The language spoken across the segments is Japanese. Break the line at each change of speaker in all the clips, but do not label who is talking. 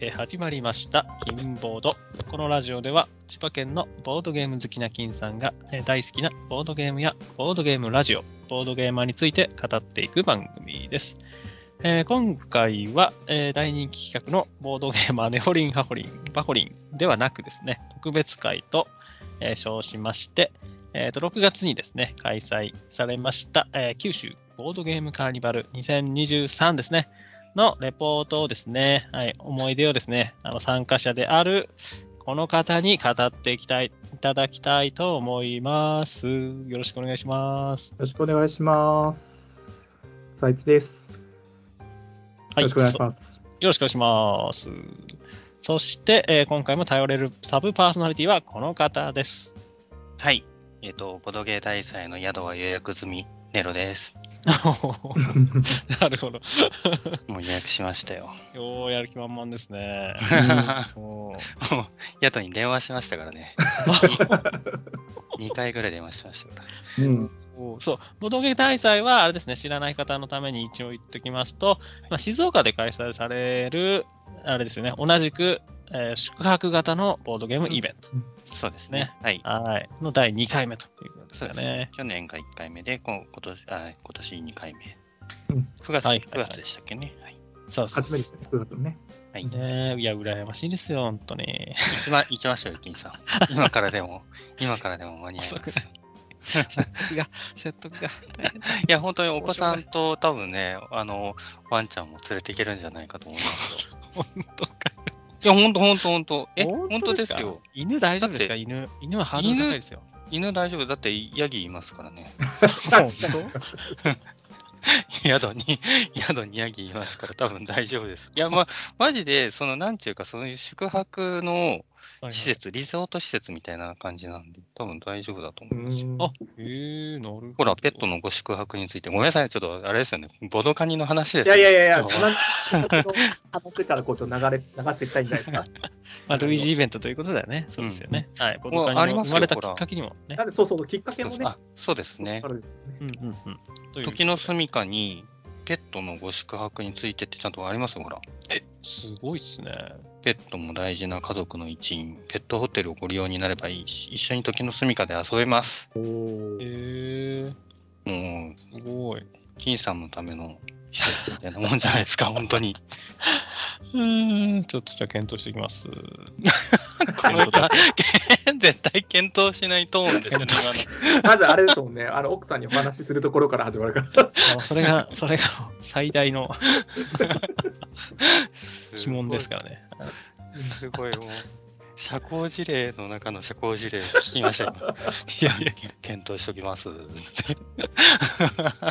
えー始まりました「金ボード」このラジオでは千葉県のボードゲーム好きな金さんが、えー大好きなボードゲームやボードゲームラジオボードゲーマーについて語っていく番組です、えー今回は、えー大人気企画のボードゲーマーネホリンハホリンバホリンではなくですね特別会と、えー称しまして、えーと6月にですね開催されました、えー九州ボードゲームカーニバル2023ですねのレポートをですね、はい、思い出をですね、あの参加者であるこの方に語っていきたい、いただきたいと思います。よろしくお願いします。
よろしくお願いします。斉一です。
は
よろしくお願いし ます。
よろしくお願いします。そして、えー今回も頼れるサブパーソナリティはこの方です。
はい。えっ、と、ボドゲー大祭の宿は予約済み、ネロです。
なるほど。
もう予約しましたよ。
ようやる気満々ですね。おー
もう宿に電話しましたから ね。2回ぐらい電話しましたから。
うん、
おーそう、ボドゲ大祭は、あれですね、知らない方のために一応言っておきますと、まあ、静岡で開催される、あれですよね、同じく、えー宿泊型のボードゲームイベント、
そうですね。はい。
はいの第2回目ということです
そう
よ
ですね
ね。。
去年が1回目で、こ今年あ今年2回目
うん。
9月、
はいはいはい
9月でしたっけね。はい。
そうそう
初
そ
め
う
てですね、9月のね。
はい。
ねえいや、羨ましいですよ、本当に。
行きま行きましょうよ、金さん。今からでも、今からでも 間に合います。
遅く
い
ない説得が大変だ
や、本当にお子さんと多分ね、あの、ワンちゃんも連れていけるんじゃないかと思いますよ。
本当か。
いや、本当本当本当 え、本当です
か
よ。。
犬大丈夫ですか
だっ
犬。犬はハードル高いですよ。
犬大丈夫だってヤギいますからね。
本当
宿に、 宿にヤギいますから多分大丈夫です。いや、ま、マジで、その、なんていうか、そういう宿泊の施設、リゾート施設みたいな感じなんで、多分大丈夫だと思い ますよ。
あへえなるほど。
ほら、ペットのご宿泊について、ごめんなさい、ちょっとあれですよね、ボドカニの話で
い
すよ
やいやいやいや、
ちょ
同じ
っと
ことを話してたらこうちょっと流れ流していきたいんじゃないです か。
まあ、類似イベントということだよね。そうですよね。はい。ボドカニ
あり
の
ます
生
よ
まれたき
ほら
っかけにもね
な。んでそうそうきっかけもね。
あそうですね
あ。るんですね
うんうんうん。という
時の住みかに、ペットのご宿泊についてってちゃんとありますよ、ほら。
すごいっすね。
ペットも大事な家族の一員、ペットホテルをご利用になればいいし、一緒に時の住みかで遊べます。
お
へえ
ー
ー、
もう、
すごい。
金さんのための施設みたいなもんじゃないです か、本当に。
うん、ちょっとじゃあ検討していき ます。
これは絶対検討しないと思うんですよね、
まずあれですもんね、あの奥さんにお話しするところから始まるから。
あそれが、それが最大の鬼
今
門
の
ですからね。
すごい、もう。社交辞令の中の社交辞令を聞きました今
いやいや、
検討しときます。
い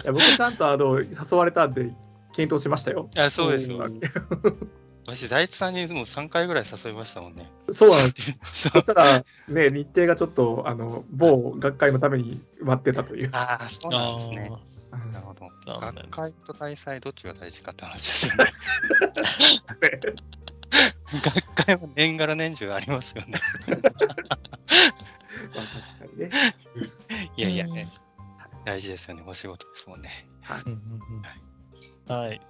や僕ちゃんとあの誘われたんで検討しましたよ。
あそうです
お
よ。
ー
私、大地さんにもう3回ぐらい誘いましたもん ね。
そうなんです。
そう
そしたらね、日程がちょっとあの某学会のために待ってたという。
ああ、そうなんですね。
あ
なるほど。
そうなんです
学会と大祭、どっちが大事かって話ですよね。 学会は年がら年中ありますよ ね。
まあ確かにね。
いやいや、
うん
ね大事ですよね。お仕事ですもんね。
ーはい。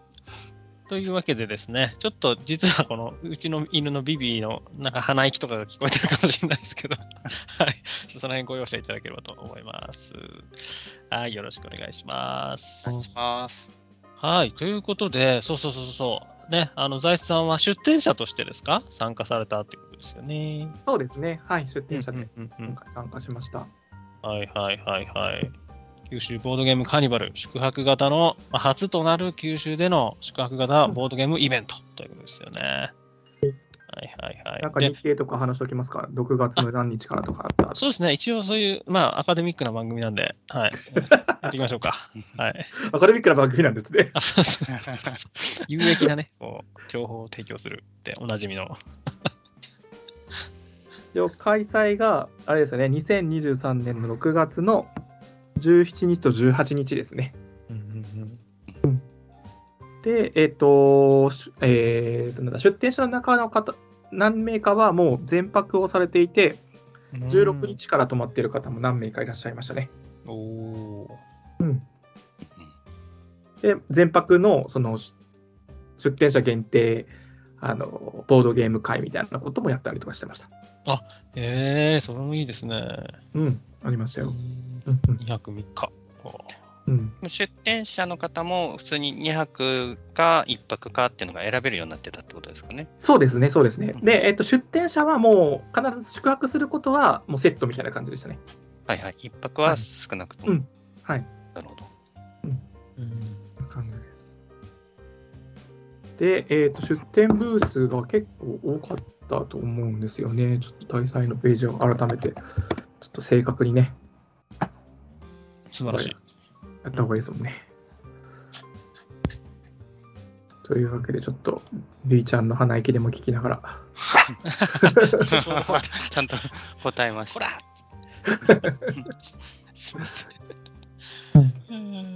というわけでですね、ちょっと実はこのうちの犬のビビーのなんか鼻息とかが聞こえてるかもしれないですけど、 はい、ちょっとその辺ご容赦いただければと思います。はい、よろしくお願いします。
はい
ます。
はい、ということで、そうそうそうそうそう、ね、あの財津さんは出店者としてですか、参加されたってことですよね。
そうですね。はい、出
うん
展者で
うんうんう
今
ん
回参加しました。
はいはいはいはい。九州ボードゲームカーニバル、宿泊型の、まあ初となる九州での宿泊型ボードゲームイベントということですよね。はいはい
な
は
んか
い。
日
で
程とか話しておきますか ?6 月の何日からと かあったら。
そうですね、一応そういう、まあ、アカデミックな番組なんで、 はい、やっていきましょうか。はい。
アカデミックな番組なんですね。
あ、そうそう そう有益なね、こう、情報を提供するっておなじみの。
で開催が、あれですよね、2023年の6月の17日と18日ですね。で、えっ、と、しえっ、と、なんだ、出店者の中の方、何名かはもう全泊をされていて、16日から泊まっている方も何名かいらっしゃいましたね。
おお
で、全泊のその出店者限定あのボードゲーム会みたいなこともやったりとかしてました。
ええそれもいいですね。
うん、あります
う
よ。
ん
うんうん
2泊3日。お
うん、
出店者の方も普通に2泊か1泊かっていうのが選べるようになってたってことですかね。
そうですね、そうですね
うん。
で、えっと、出店者はもう必ず宿泊することはもうセットみたいな感じでしたね。
はいはい。1泊
は
はい少なくとも。
うんはい。
な るほど。
感じです。で、えっと出店ブースが結構多かったと思うんですよね。ちょっと大祭のページを改めて、ちょっと正確にね、
素晴らしい。
やった方がいいですもんね。というわけで、ちょっと、るいちゃんの鼻息でも聞きながら、
ちゃんと答えまし
ほ
た。
らすみません。うん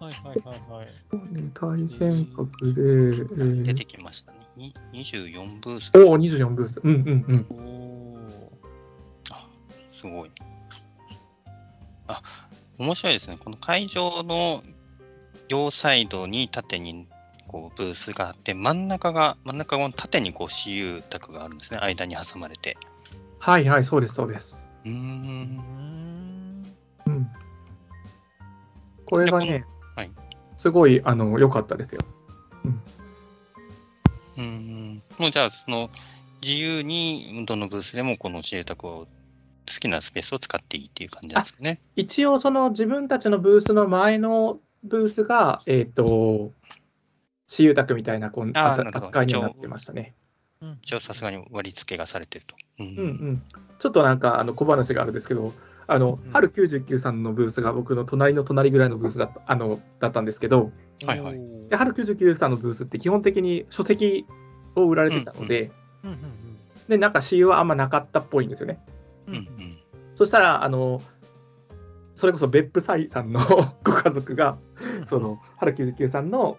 はいはいはいはい。
対戦閣で、えー
出てきましたね。に24ブース。
おお、24ブース。うんうんうん。
おお
あすごい。あ面白いですね。この会場の両サイドに縦にこうブースがあって、真ん中が、真ん中の縦にこう私有宅があるんですね。間に挟まれて。
はいはい、そうです、そうです。
うー。
ー。うんん
うん。これがね、
はい
すごい、あの、良かったですよ。
うーん。もうじゃあ、その、自由にどのブースでもこの自由宅を好きなスペースを使っていいっていう感じなんですかね。
一応、その自分たちのブースの前のブースが、えっ、と、私有宅みたいなこう
あー
あ
なるほ
た
ど
扱いにはなってましたね。
一応さすがに割り付けがされてると。うん
うんうん、ちょっとなんかあの小話があるんですけど、あの
うん
春99さんのブースが僕の隣の隣ぐらいのブースだったあのだったんですけど、
はいはい
おー
で春99さんのブースって基本的に書籍を売られてたので、
うんうん
でなんか私有はあんまなかったっぽいんですよね。
う
うんん
う
うんん
そしたら、あのそれこそ別府サイさんの ご家族が、
うん
その春99さんの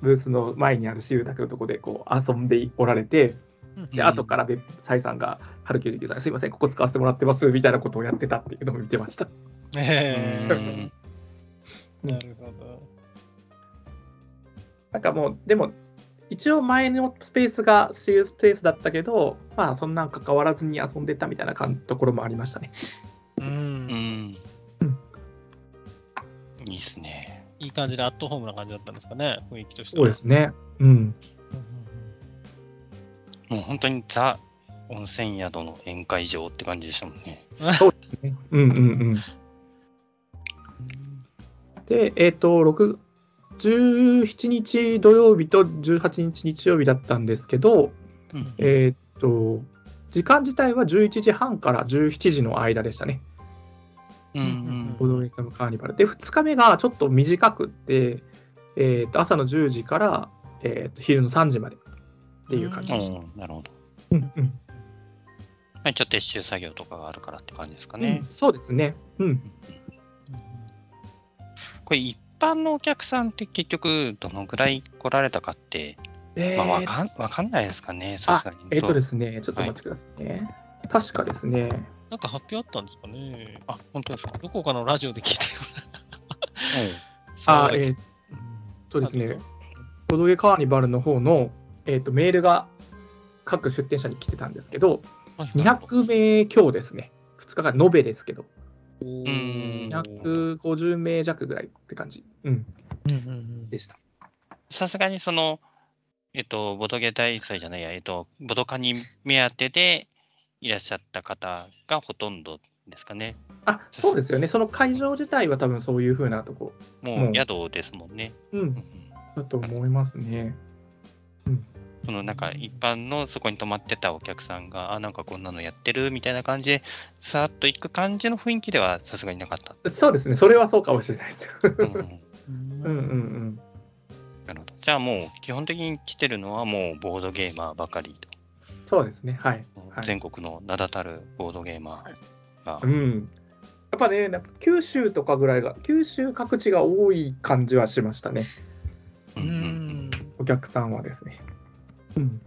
ブースの前にある私有宅のとこでこう遊んでおられて、
うん
で、後から別府サイさんが、春99さん、すいません、ここ使わせてもらってますみたいなことをやってたっていうのも見てました。
え
う
ー
ん
なるほど。
なんかもう、でも、一応前のスペースが私有スペースだったけど、まあ、そんなん関わらずに遊んでたみたいなかんところもありましたね。
う。
うんん
うん。
いいっすね。
いい感じでアットホームな感じだったんですかね、雰囲気としては。
ね。うん。
うんうん
もう本当にザ温泉宿の宴会場って感じでしたもんね。
そうですね。うんうんうん。で、えっ、と、6、17日土曜日と18日日曜日だったんですけど、
うん
えっ、と、時間自体は11時半から17時の間でしたね。
うんうん
ボードゲームカーニバル。で、2日目がちょっと短くって、えー、と朝の10時から、えー、と昼の3時までっていう感じ
う
でした。
んなるほど。
うんうん
まあ一応撤収作業とかがあるからって感じですかね
うん。そうですね。うん。
これ一般のお客さんって結局どのぐらい来られたかって、
え
まあわ
ー
かんわかんないですかね、さすがに。。
えーとですすね、ちょっとお待ちくださいね。確かですね、
なんか発表あったんですかね。
あ、本当ですか。
どこかのラジオで聞いたような。
あ
そう
え
だけ
ー
ど
とですね
あどうぞ
ボドゲカーニバルの方の、えー、とメールが各出店者に来てたんですけど、
はいはい
200名強ですね、2日間、延べですけど、
お
ー
ー
250名弱ぐらいって感じ、うん、でした。
さすがにその、えっと、ボドゲ大祭じゃないや、えっと、ボドカに目当てでいらっしゃった方がほとんどですかね。
あそうですよね、その会場自体は多分そういう風なとこ、
も
う
うん宿ですもんね。
うん、だと思いますね。
そのなんか一般のそこに泊まってたお客さんが、あ、なんかこんなのやってるみたいな感じで、さーっと行く感じの雰囲気ではさすがにな かった。
そうですね、それはそうかもしれないです。
うん
うん
うんうんうん。
なるほどじゃあもう基本的に来てるのはもうボードゲーマーばかりと。
そうですね、はい。はい
全国の名だたるボードゲーマーが。
うん、やっぱね、なんか九州とかぐらいが、九州各地が多い感じはしましたね、
う
うんうんうん
ん
お客さんはですね。うん、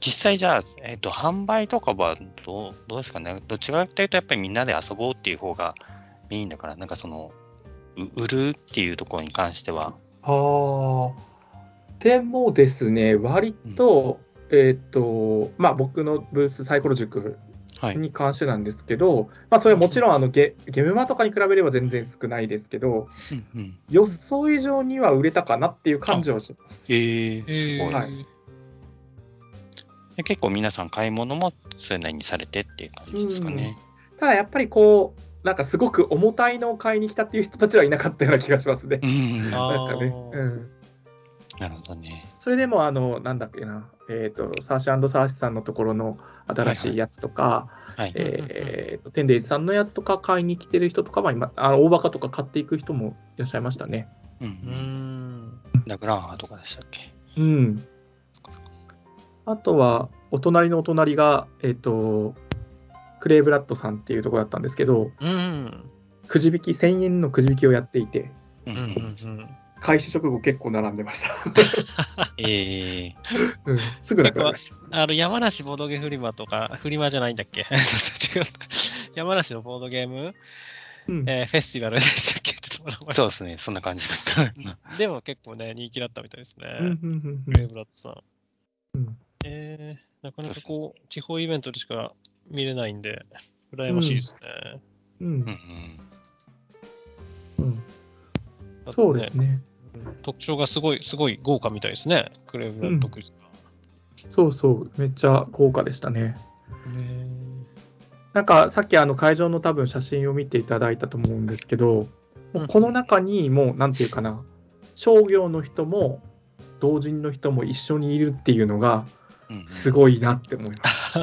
実際じゃあ、えっと販売とかはどうどうですかねどっちかっていうとやっぱりみんなで遊ぼうっていう方がメインだからなんかそのう売るっていうところに関しては
ああ、てもですね、割と、えっ、と、まあ、僕のブース、サイコロ塾
はい。
に関してなんですけど、まあ、それはもちろんあのゲゲームマとかに比べれば全然少ないですけど、
うん
予想以上には売れたかなっていう感じはします。
え
えー
すごい
は
で結構皆さん買い物もそれなりにされてっていう感じですかね。
ただやっぱりこう、なんかすごく重たいのを買いに来たっていう人たちはいなかったような気がしますね
う。ん、な
あ
なんかね。
ー
うん。
るほどね。
それでも、あの、なんだっけな、えっ、と、サーシーサーシさんのところの新しいやつとか、
はい。
はい
えっ、と、テンデイズさんのやつとか買いに来てる人とかは今、あの大バカとか買っていく人もいらっしゃいましたね。
う。
うんん。
ラグランハとかでしたっけ。
うん。あとは、お隣のお隣が、えっ、と、クレイブラッドさんっていうところだったんですけど、
うん。
くじ引き、1000円のくじ引きをやっていて、
う
うん。うん。うん。
開始直後結構並んでました。
ええ
うん、 すぐなくなりました。
あの、山梨ボードゲームフリマとか、 フリマじゃないんだっけ違った。山梨のボードゲーム、
うん
えーフェスティバルでしたっけちょっと名前
そうですね。そんな感じだった。
でも結構ね、人気だったみたいですね。
うんうんうんう
グ
ん
レイブラッドさん。
うん
えー、なかなかこう、地方イベントでしか見れないんで、羨ましいですね。
うん
うんうん
うん
あと
そうですね。
特徴がすごい、すごい豪華みたいですね。クレーブラッドクジ
そうそう、めっちゃ豪華でしたね。
ラ。うん
なんかさっきあの会場の多分写真を見ていただいたと思うんですけど、もうこの中にもうなんていうかな、商業の人も同人の人も一緒にいるっていうのが
うんうん
すごいなって思います。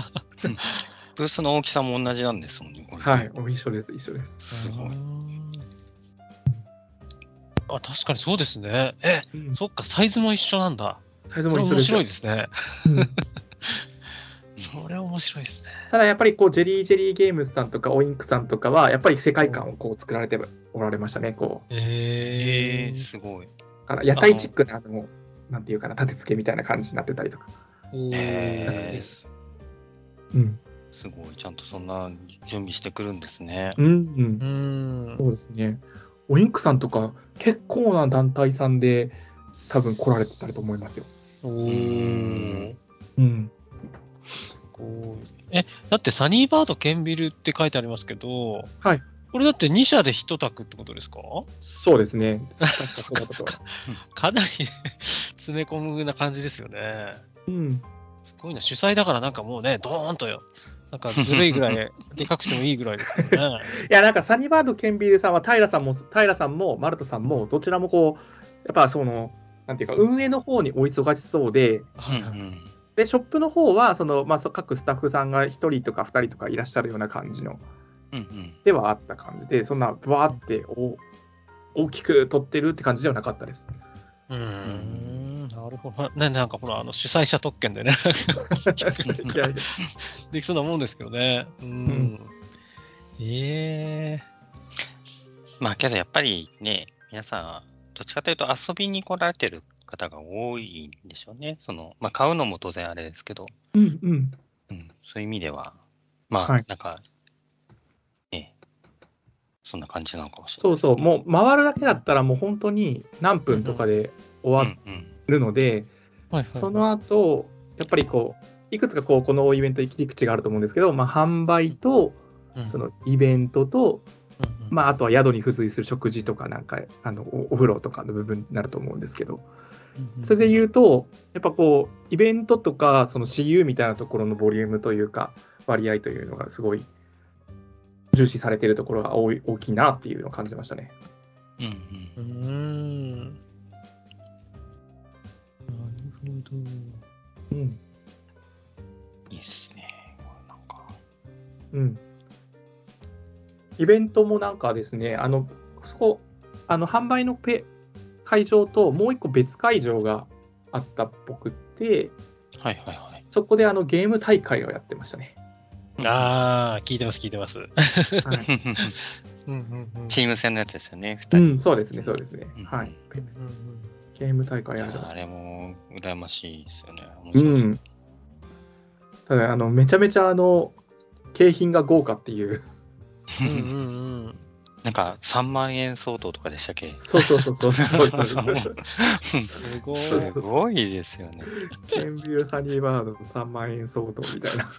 ブースの大きさも同じなんですもんね。これ
はい、。お一緒です、一緒です。
すごい。
あ、確かにそうですね。え、
うん、
そっか、サイズも一緒なんだ。
サイズ
そ
も
れ
一緒
面
です
白
よ
いで。すね。
うん
それ面白いですね。
ただやっぱりこうジェリージェリーゲームズさんとかオインクさんとかはやっぱり世界観をこう作られておられましたね。こ
え
ええすごい。
うから屋台チックなあのなんていうかな立て付けみたいな感じになってたりとか。
ー
えー
うん。
すごい。ちゃんとそんな準備してくるんですね。
うん、うん
う。ん。
そうですね。オインクさんとか結構な団体さんで多分来られてたりと思いますよ。
お
ー
ー
うん。
こうえ、だってサニーバードケンビルって書いてありますけど、
はい。
これだって2社で1択ってことですか
そうですね。確かそうだったと。
かなり詰め込むな感じですよね。
うん。
すごいな、主催だからなんかもうね、ドーンとよ。なんかずるいぐらい、でかくしてもいいぐらいですよね。
いや、なんかサニーバードケンビルさんは平さんも、平さんも、丸田さんも、どちらもこう、やっぱその、なんていうか、運営の方にお忙しそうで、
はい
うんうん
で、ショップの方は、その、まあ、そ各スタッフさんが1人とか2人とかいらっしゃるような感じの、
うんうん
ではあった感じで、そんな、バーってお、大きく撮ってるって感じではなかったです。
うーん、なるほど。ね、なんかほら、あの主催者特権でね、
いやいや
できそうなもんですけどね。うん。ええ
まあけどやっぱりね、皆さん、どっちかというと遊びに来られてる方が多いんでしょうね。その、まあ買うのも当然あれですけど、
うんうん。
うん、そういう意味では、まあ、
はい
なんか、ね、そんな感じなのかもしれ
そ
な
う
い。
そう、もう回るだけだったら、もう本当に何分とかで終わ
んうん
るので、
はいはい。
その後やっぱりこう、いくつかこうこのイベント、行き口があると思うんですけど、まあ、販売と、
うん、
そのイベントと、
うんうん
まあ、あとは宿に付随する食事とか、なんかあのおお風呂とかの部分になると思うんですけど、それで言うと、やっぱこう、イベントとか、その CU みたいなところのボリュームというか、割合というのがすごい重視されているところが多い大きいなっていうのを感じましたね。
うん
うーん。なるほど。
うん
うん、いいっすね。なんか、
うん。イベントもなんかですね、あの、そこ、あの、販売のペ会場と、もう一個別会場があったっぽくて、
はいはいはい。
そこであのゲーム大会をやってましたね。
ああ、聞いてます、聞いてます。
はい、
うんうんうん
チーム戦のやつですよね、
う
2人。
ん、そうですね、そうですね
うん。
はい。
うんうん
ゲーム大会
い
や
や
ると
あれも羨ましいですよね。面
う
白いですね
ん。ただ、あの、めちゃめちゃ、あの、景品が豪華っていう、
うんうんうんうん
なんか3万円相当とかでしたっけ
そうそうそう そうそうそう。
すごい。
すごいですよね。
ケンビューサニーバード3万円相当みたいな。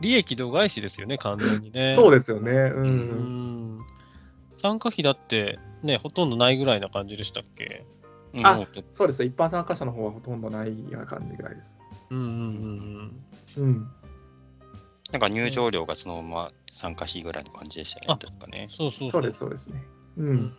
利益度外視ですよね、完全にね。
そう
で
ですよね。う
す
ん。
参加費だって、ね、ほとんどないぐらいな感じでしたっけ
あ
もうと
そうです。一般参加者の方はほとんどないような感じぐらいです。
うんうんうん
うん。
なんか入場料がそのまま参加費ぐらいの感じでしたね
あ。
ですか
うん。
ね。
そうそう
そうです、そうですね。うん。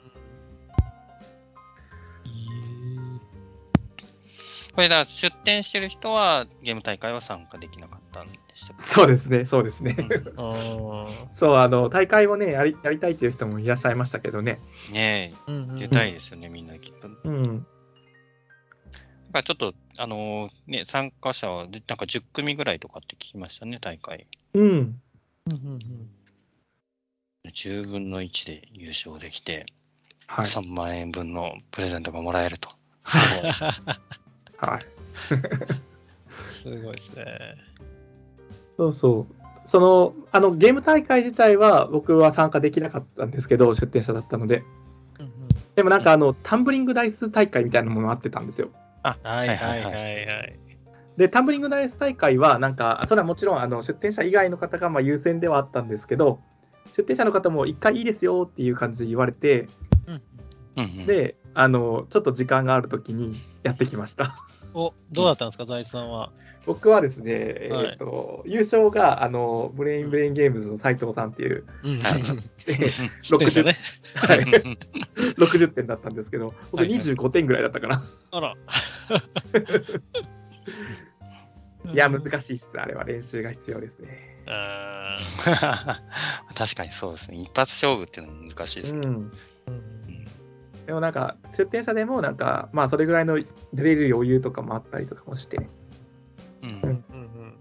これだ、出店してる人はゲーム大会は参加できなかったんでしたっけ
そうですね、そうですね。
う
あ
ん
ー
そう、あの、大会をね、やりやりたいっていう人もいらっしゃいましたけどね。
ね
うんうん
え、出たいですよね、みんなきっと。なん
うん。
かちょっと、あのーね、参加者は、でなんか10組ぐらいとかって聞きましたね、大会。
うん。
うんうん うん
10分の1で優勝できて、
はい。
3万円分のプレゼントがもらえ ると。
はい。
すごいですね。
そうそう。その、あの、ゲーム大会自体は僕は参加できなかったんですけど、出店者だったので。
うんうん
でもなんか、あの、タンブリングダイス大会みたいなものあってたんですよ。
あ、はいはい
は
い
は
はいい
は
はい。
で、タンブリングダイス大会は、なんか、それはもちろんあの出店者以外の方がまあ優先ではあったんですけど、出店者の方も一回いいですよっていう感じで言われて、
うん
うんうん、
で、あの、ちょっと時間があるときにやってきました。
お、どうだったんですか、財津さんは。
僕はですね、え
はい
ーと優勝があのブレインブレインゲームズの斉藤さんっていう、
うん
はい
で
知ってま したね。
はい
うん
60点だったんですけど、僕
はいはい
25点ぐらいだったかな。
あら。
いや、難しいっす。あれは練習が必要ですね。
あ
確かにそうですね。一発勝負っていうのも難しいで
う
すね。
ん。
ー
でもなんか、出店者でもなんか、まあ、それぐらいの出れる余裕とかもあったりとかもして、
うんうん
うん
うんうん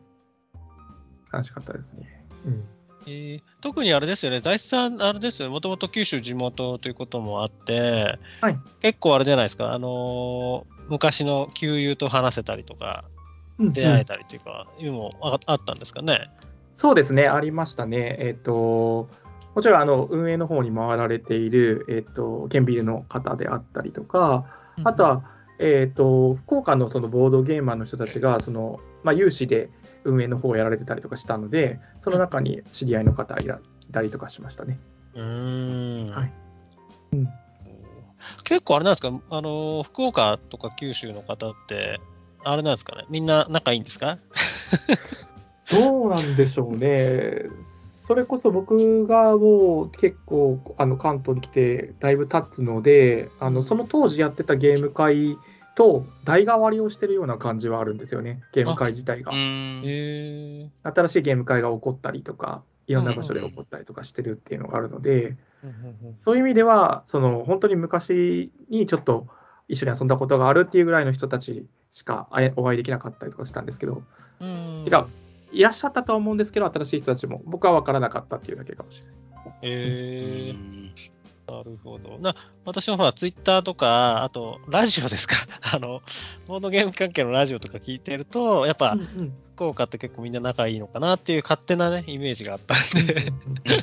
楽しかったですね。うん。
えー特にあれですよね、財津さん、あれですよね、もともと九州地元ということもあって、
はい
結構あれじゃないですか、あのー昔の旧友と話せたりとか、
うん
出会
う
え
ん
たりというか、いうのもああったんですかね。
そうですね、ありましたね。えっ、と、もちろんあの運営の方に回られている、えっ、と、ケンビルの方であったりとか、あとは、えー、と福岡のそのボードゲーマーの人たちがその、まあ、有志で運営の方をやられてたりとかしたので、その中に知り合いの方いらいたりとかしましたね。
うーん、
はいうん
結構あれなんですか、あのー福岡とか九州の方って、あれなんですかね、みんな仲いいんですか
どうなんでしょうね。それこそ僕がもう結構あの関東に来てだいぶ経つので、あのその当時やってたゲーム会と代替わりをしてるような感じはあるんですよね、ゲーム会自体が
う。ん
へえ。
新しいゲーム会が起こったりとか、いろんな場所で起こったりとかしてるっていうのがあるので、そういう意味では、その本当に昔にちょっと一緒に遊んだことがあるっていうぐらいの人たちしか会えお会いできなかったりとかしたんですけど、
うん
てか、いらっしゃったとは思うんですけど、新しい人たちも、僕は分からなかったっていうだけかもしれない。
え
うん
ー、なるほど。な私もほら、ツイッターとか、あと、ラジオですか、 あの、ボードゲーム関係のラジオとか聞いてると、やっぱ、福岡って結構みんな仲いいのかなっていう勝手なね、イメージがあったんで、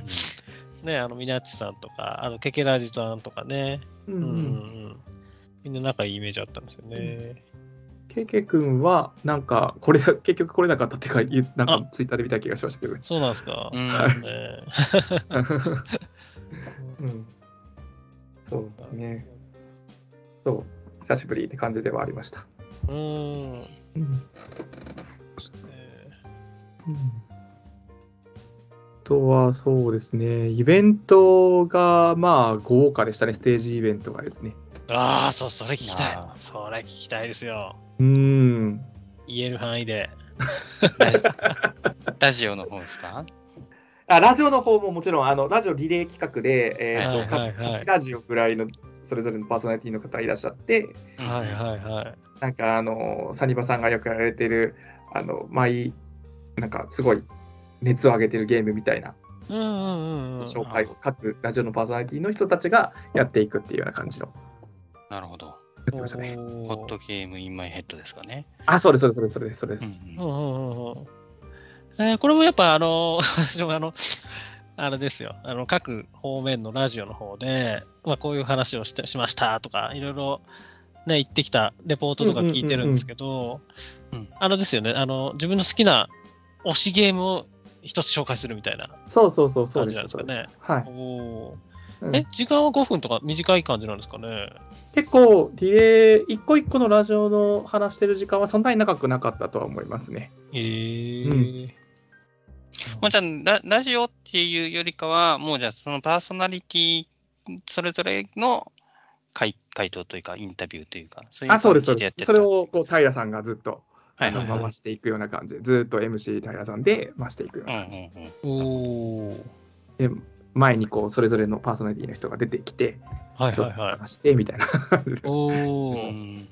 ね、あの、みなっちさんとか、あの、けけらじさんとかね、
うん
う
うんん
う
うんん
う
うん
んみんな仲いいイメージあったんですよね。
ケケ君は、なんか、これだ、結局来れなかったっていうか言う、なん
あ
かツイッターで見た気がしましたけどね。
そうなんですか。
うん
なるほどね
うん、そうですね。そう、久しぶりって感じではありました。
うん。
うん
え
あとはそうですね、イベントがまあ豪華でしたね、ステージイベントがですね。
ーああ、そう、それ聞きたい
あ。ー
それ聞きたいですよ。
うーん、
言える範囲で。
ラジラジオの方ですか
あラジオの方ももちろんあの、ラジオリレー企画で、えーと
はいはいはい
各ラジオぐらいのそれぞれのパーソナリティの方いらっしゃって、
はいはいはい。
なんかあのサニバさんがよくやられてる、あの毎、なんかすごい熱を上げてるゲームみたいな
うんうんうんうん。
紹介を各ラジオのパーソナリティの人たちがやっていくっていうような感じの
なるほど。
やってましたね。
お
ホ
ー
ットゲームインマイヘッドですかね。
あ、そうです、そうです、それです、それです。
う ん
うんうんうんうん。えーこれもやっぱあの、私もあの、あれですよ、あの各方面のラジオの方で、まあ、こういう話をしてしましたとか、いろいろ、ね、行ってきたレポートとか聞いてるんですけど、
うんうんうんうん
あれですよねあの、自分の好きな推しゲームを一つ紹介するみたいな
そうそうそうそう
感
で
じ
す。
なんですかね。
はい。
おー
うん
え、時間は5分とか短い感じなんですかね。
結構、リレー、一個一個のラジオの話してる時間はそんなに長くなかったとは思いますね。
え
う
ー。
もうじゃあラ、ラジオっていうよりかは、もうじゃあ、そのパーソナリティそれぞれの回回答というか、インタビューというか、そうい
あ、そうです、そう
感じ
で
やっ
す。
て
そ
た
れをこう平さんがずっと、
はい
あの
はいはい。
回していくような感じで、ずっと MC 平さんで回していくよう
う
なん感じ。
うんうん
おー。
で、前にこう、それぞれのパーソナリティの人が出てきて、
はい
ちょ
は
っ
い
と
はい。
話して、みたいな感じで。
お
う
ー。
ん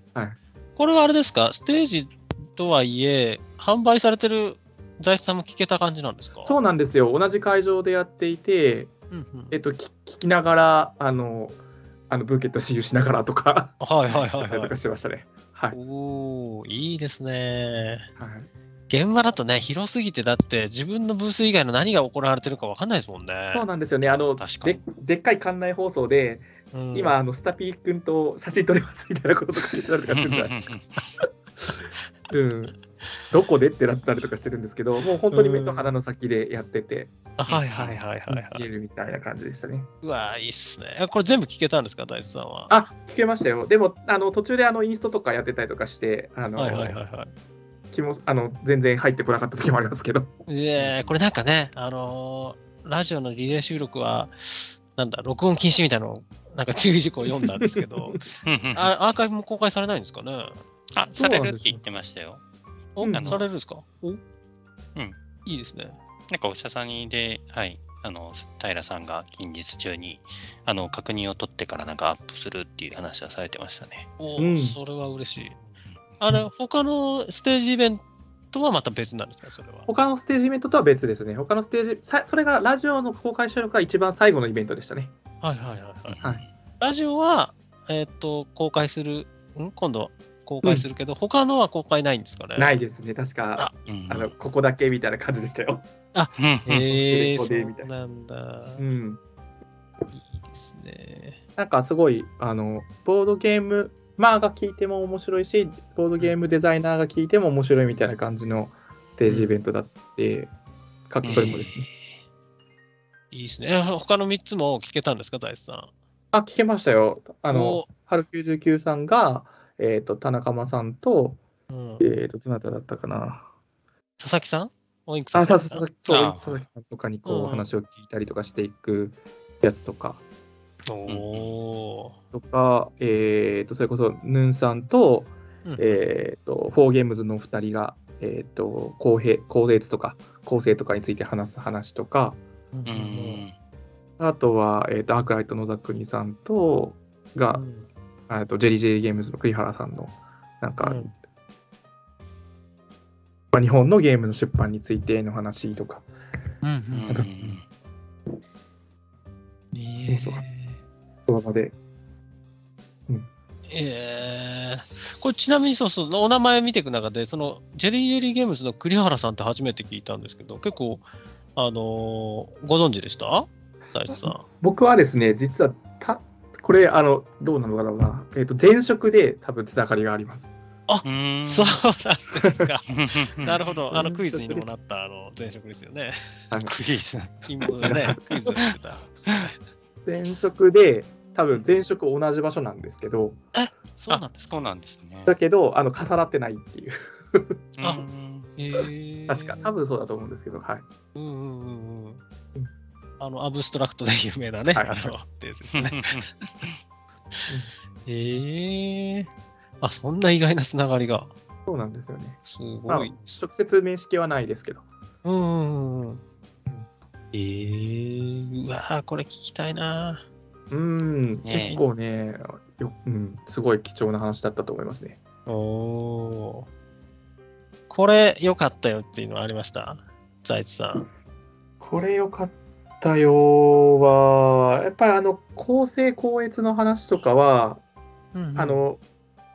これはあれですか、ステージとはいえ、販売されてる材質さんも聞けた感じなんですか
そうなんですよ。同じ会場でやっていて、
うんうん
えっと、聞聞きながら、あの、あのブーケット私有しながらとか、
はいはい
や
は
っ
い
た
は
りと
い
か。してましたね。はい。
おー、いいですね。
はい
現場だとね、広すぎて、だって自分のブース以外の何が行われてるか分かんないですもんね。
そうなんですよね。あの
確かに
ででっかい館内放送で、
うん
今あのスタピー君と写真撮れますみたいなこととか言ってたりとかしてるじゃない、うん、どこでってなったりとかしてるんですけど、もう本当に目と鼻の先でやってて、
あはいはいはいはいは
見
い。
えるみたいな感じでしたね。
うわ、いいっすね。えこれ全部聞けたんですか、大地さんは。
あ聞けましたよ。でもあの途中であのインストとかやってたりとかして、あの
はいはいはいは
気もあの全然入ってこなかった時もありますけど、
い。いえこれなんかね、あのーラジオのリレー収録は、なんだ、録音禁止みたいなの、なんか注意事項を読んだんですけど、
あ
あアーカイブも公開されないんですかね。
あ、されるって言ってましたよ。
お、
うん
されるんですかおうん
ん。
いいですね。
なんかお医者さんにで、はい、あの平さんが近日中にあの確認を取ってからなんかアップするっていう話はされてましたね。
お
うん
それは嬉しい。あれ、他のステージイベントはまた別なんですか、それは。
他のステージイベントとは別ですね。他のステージ、さそれがラジオの公開収録が一番最後のイベントでしたね。
はいはいはいはい。
はい
ラジオは、えーっと、公開する、ん今度は公開するけど、他のは公開ないんですかね。。
ないいですね、確か、
うん
あのここだけみたいな感じでしたよ。
うん
へえー、
ここでみ
そ
たいうな
なんだ。い
うん、
いですね。
なんかすごいあのボードゲームマーが聞いても面白いしボードゲームデザイナーが聞いても面白いみたいな感じのステージイベントだってかっこいいもですね。
いいですね。え他の3つも聞けたんですか、大地さん。
あ聞けましたよ。あの
お
春99さんが、えー、と田中間さんと,、
うん、
えー、とどなただったかな。
佐々木さんオインク
あ
佐
さ
々木
さ
さ
さ
ん
そう佐
あ
々木さんとかにこう、
うん
話を聞いたりとかしていくやつとか。
おー
とか、えー、とそれこそヌンさんと,、
うん
えー、とフォーゲームズのお二人が、えー、と公平公平率とか構成とかについて話す話とか
うん
うん
あとは、えー、とアークライトのザクニさんとが、
うん
あとジェリージェリーゲームズの栗原さんのなんか、
うん
まあ日本のゲームの出版についての話とか
うん
うん
なんか
うんいいね
そうそうその場で
えーこれちなみにそうそうお名前見ていく中でそのジェリー・ジェリー・ゲームズの栗原さんって初めて聞いたんですけど結構あのーご存知でした大地さん。
僕はですね実はたこれあのどうなのかな、えー、と前職で多分つながりがあります。
うん
そうなんですか。なる
ほ
ほど。あの
前職
クイズにもなったあの前職ですよね。
はい
ど。クリス。
金棒でね、クイズをしてた。
前職で多分前職同じ場所なんですけど
そうなんですか。
そうなんですね。
だけどあの重なってないっていう
あ
うん
へー
確か多分そうだと思うんですけどはい
うんうんうんうん
うん。
あの、アブストラクトで有名なね、
はいはい
あの、伝説ですね。ええあ、そんな意外なつながりが。
そうなんですよね
すごい。
直接面識はないですけど
うんうんうんうん。ええうわーこれ聞きたいな
うーん
ね
結構ねよ、うん、すごい貴重な話だったと思いますね
おおー。これ良かったよっていうのはありました財津さん。
これよかったよはやっぱりあの公正高越の話とかは、
うんうん
あ、の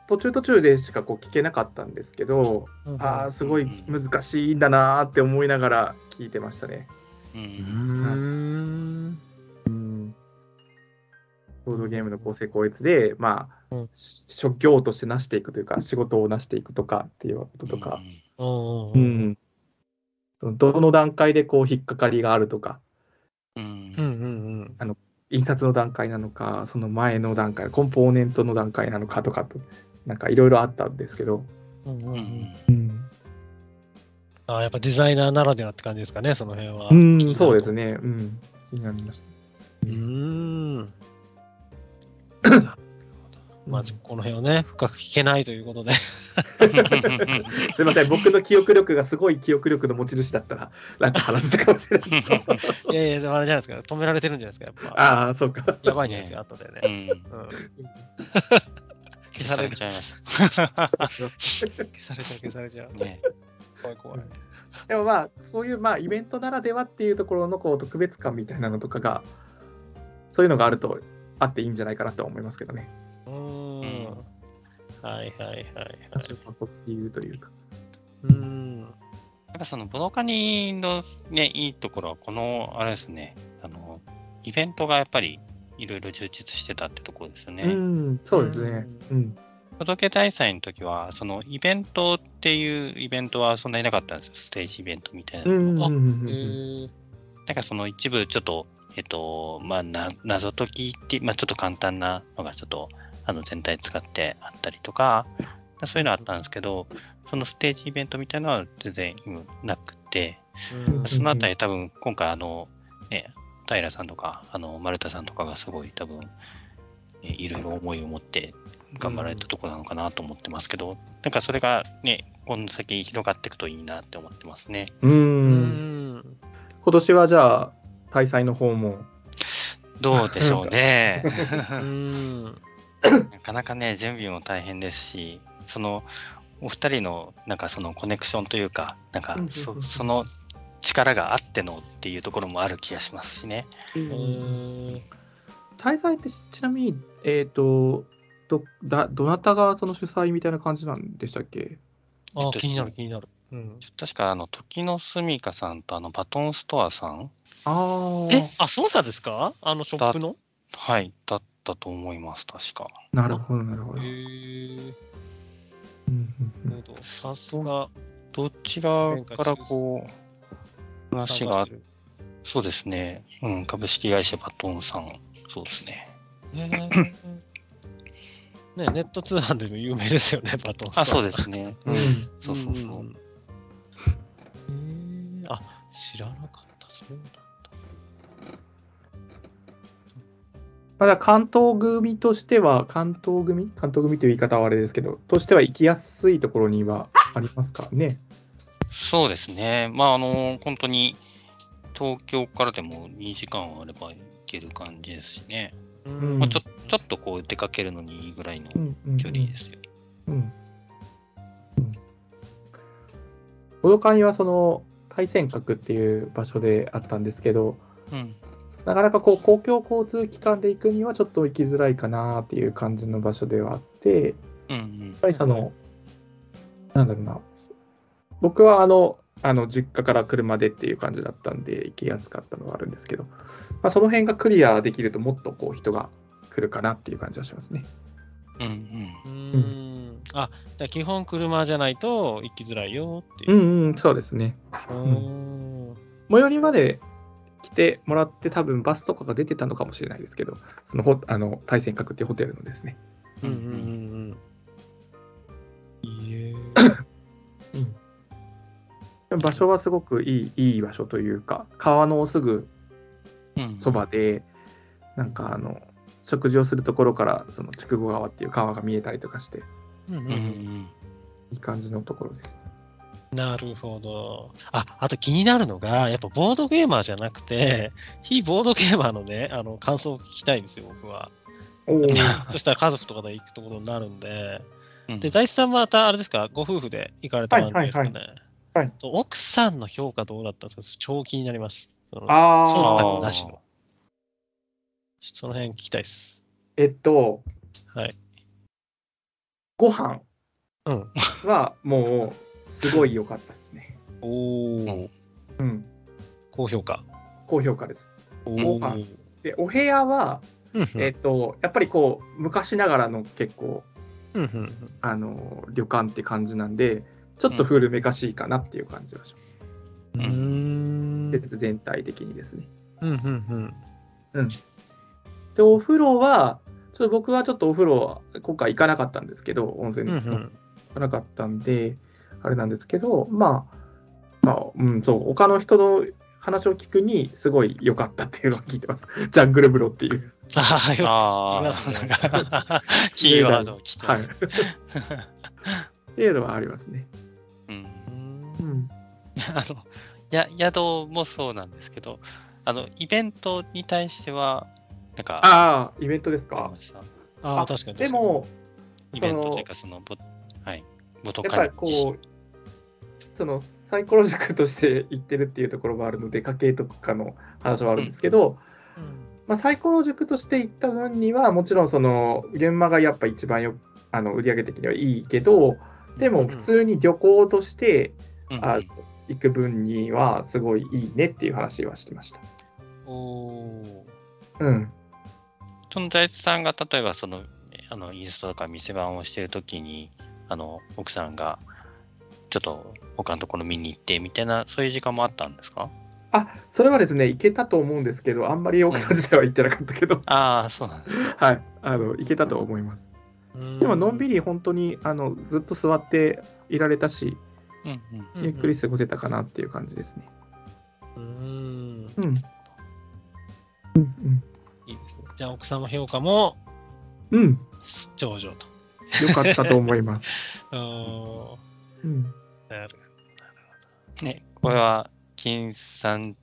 途中途中でしかこう聞けなかったんですけど、
うんうん
ああすごい難しいんだなーって思いながら聞いてましたね
う。
うんん。
うんボードゲームの構成効率で、まあ
うん
し職業として成していくというか仕事を成していくとかっていうこととか、
おーおーお
う
ー
んどの段階でこう引っかかりがあるとか
うん。
うんうんうん。
印刷の段階なのかその前の段階コンポーネントの段階なのかとかとなんかいろいろあったんですけど、
うんうん
う
うん
ん。
あーやっぱデザイナーならではって感じですかね、その辺は。
うんそうです
ね。
ね、うん、気になりました。
うーん。なるほどまあ、
うん
ちょっとこの辺をね、深く聞けないということで。
すいません、僕の記憶力がすごい記憶力の持ち主だったら、なんか話せたかもしれないですけ ど。
いやいや、でもあれじゃないですか、止められてるんじゃないですか、やっぱ。
ああ、そうか。
やばいんじゃないですか、後で
う
ね。
ん
うん。
消
消
さ
さ
れ
れ
ち
ち
ゃいます。
消されちゃう、消されちゃう。
ね。
怖い怖い。
でもまあ、そういうまあイベントならではっていうところのこう特別感みたいなのとかが、そういうのがあるとあっていいんじゃないかなとは思いますけどね。
うーん。
うん
はいはいはいはい。
っていうというか。
うーん。
やっぱそのボドカニのね、いいところは、この、あれですね、あの、イベントがやっぱりいろいろ充実してたってところですよね。
うん、そうですね。うん。
届け大祭の時は、そのイベントっていうイベントはそんなになかったんですよ。ステージイベントみたいな
う
の。
ん。
あ
う
え
んうん
ー、
なんかその一部ちょっと、えっと、まあ、な謎解きって、まあ、ちょっと簡単なのがちょっと、あの、全体使ってあったりとか、そういうのあったんですけど、そのステージイベントみたいなのは全然今なくて、
うん
そのあたり多分今回あの、ね、平さんとか、あの、丸田さんとかがすごい多分、ねいろいろ思いを持って頑張られたとこなのかなと思ってますけど、なんかそれがね、この先広がっていくといいなって思ってますね。
う。
うんん。
今年はじゃあ、大祭の方も。
どうでしょうね。
うん。
なかなかね、準備も大変ですし、その、お二人の、なんかそのコネクションというか、なんか
うんうんう
そ、
ん
その力があってのっていうところもある気がしますしね。
うん
大祭ってちちなみに、えっ、と、どだどなたがその主催みたいな感じなんでしたっけ
あー、気になる気になる。うん。
確か、あの、時のすみかさんと、あの、バトンストアさん、
ああ
え、あ、そうなんですかあのショップの
はい、だったと思います、確か。
なるほど、なるほど。
へえ。
うんうん
なるほどさすが、
どちらからこう、話があっ、
る。
そうですね、うん、株式会社バトンさん、そうですね。
ねねネット通販でも有名ですよね、バトンスター
あ、そうですね。
う
うんん、
ん
そうそうそう。
んうんへえあ、知らなかった、そうなんだ。
まあだから関東組としては、関東組関東組という言い方はあれですけど、としては行きやすいところにはありますかね。
そうですね。まあ、あの、本当に、東京からでも2時間あれば行ける感じですしね。
うん
まあ、ちょちょっとこう出かけるのにいいぐらいの
うんうんうん
距離ですよ。
うん。ボドカニはその対戦閣っていう場所であったんですけど、
うん。
なかなかこう公共交通機関で行くにはちょっと行きづらいかなっていう感じの場所ではあって、やっ
うんうん。
ぱりその、なんだろうな、僕はあの、あの実家から車でっていう感じだったんで行きやすかったのはあるんですけど、まあ、その辺がクリアできるともっとこう人が来るかなっていう感じはしますね。
うんうん。
うーん。あ、じゃあ基本車じゃないと行きづらいよっていうう。
んうん、そうですね。
うん。
最寄りまで来てもらって多分バスとかが出てたのかもしれないですけどそのホあの対戦閣っていうホテルのですね、
うんうんうんうん。いえ。
場所はすごくいいいい場所というか川のすぐ
うん
そばでなんかあの食事をするところからその筑後川っていう川が見えたりとかして
うんうん
うんう
うん
ん。
いい感じのところです
なるほど。あ、あと気になるのが、やっぱボードゲーマーじゃなくて、非ボードゲーマーのね、あの、感想を聞きたいんですよ、僕は。
おお
そしたら家族とかで行くってことになるんで。
うん
で、大地さんまた、あれですか、ご夫婦で行かれたんですかね。
はいはいはい
と奥さんの評価どうだったんですか超気になります。その
あ
忖
あ
度なしの。ちょっとその辺聞きたいです。
えっと
はい
ご飯
うん。
はもうすごい良かったですね
お
う
ー
ん、
うん
高評価。
高評価です。
お
ご
ー
飯で、お部屋は、
うんうん
えっと、やっぱりこう、昔ながらの結構、
うんうん
あの、旅館って感じなんで、ちょっと古めかしいかなっていう感じがします。
うん
う
うんん
施設全体的にですね。
うんうん
で、お風呂は、ちょっと僕はちょっとお風呂、今回行かなかったんですけど、温泉
うんう
に
んう
行
ん
かなかったんで、あれなんですけど、まあ、まあ、うん、そう、他の人の話を聞くに、すごい良かったっていうのを聞いてます。 ジャングル風呂っ ていう。
ああよ聞
あ
きますね
あ、キーワードを聞き
は
ま
い。っ
す。
ていうのはありますね。
うん
う
く
ん。
あのや宿もそうなんですけどあのイベントに対してはなんか
ああ、イベントです
あり
か
ま。した
ああ確かに確か
で
に
も、
イベントというかそのボはいボト
やっ
カ
ぱ
ル
りこう、そのサイコロ塾として行ってるっていうところもあるので、家計とかの話はあるんですけど、まあ、サイコロ塾として行った分には、もちろんその現場がやっぱ一番よあの売上的にはいいけど、でも普通に旅行として、
うん
あ行く分にはすごいいいねっていう話はしてました。
おー
うん。
その財津さんが例えばそのあのインスタとか店番をしてるときにあの奥さんがちょっと他のところ見に行ってみたいなそういう時間もあったんですか
あそれはですね、行けたと思うんですけど、あんまり奥さん自体は行ってなかったけど、
ああそうなんです
はい、 あの行けたと思います。で
で
も、のんびり本当にあのずっと座っていられたし、
うんうん
ゆっくり過ごせたかなっていう感じですね。
うん
うん。うん
いいですねじゃあ奥様評価も
うん、うん、
上々と
よかったと思います。
うーん
うん、
なる
ねこれは金産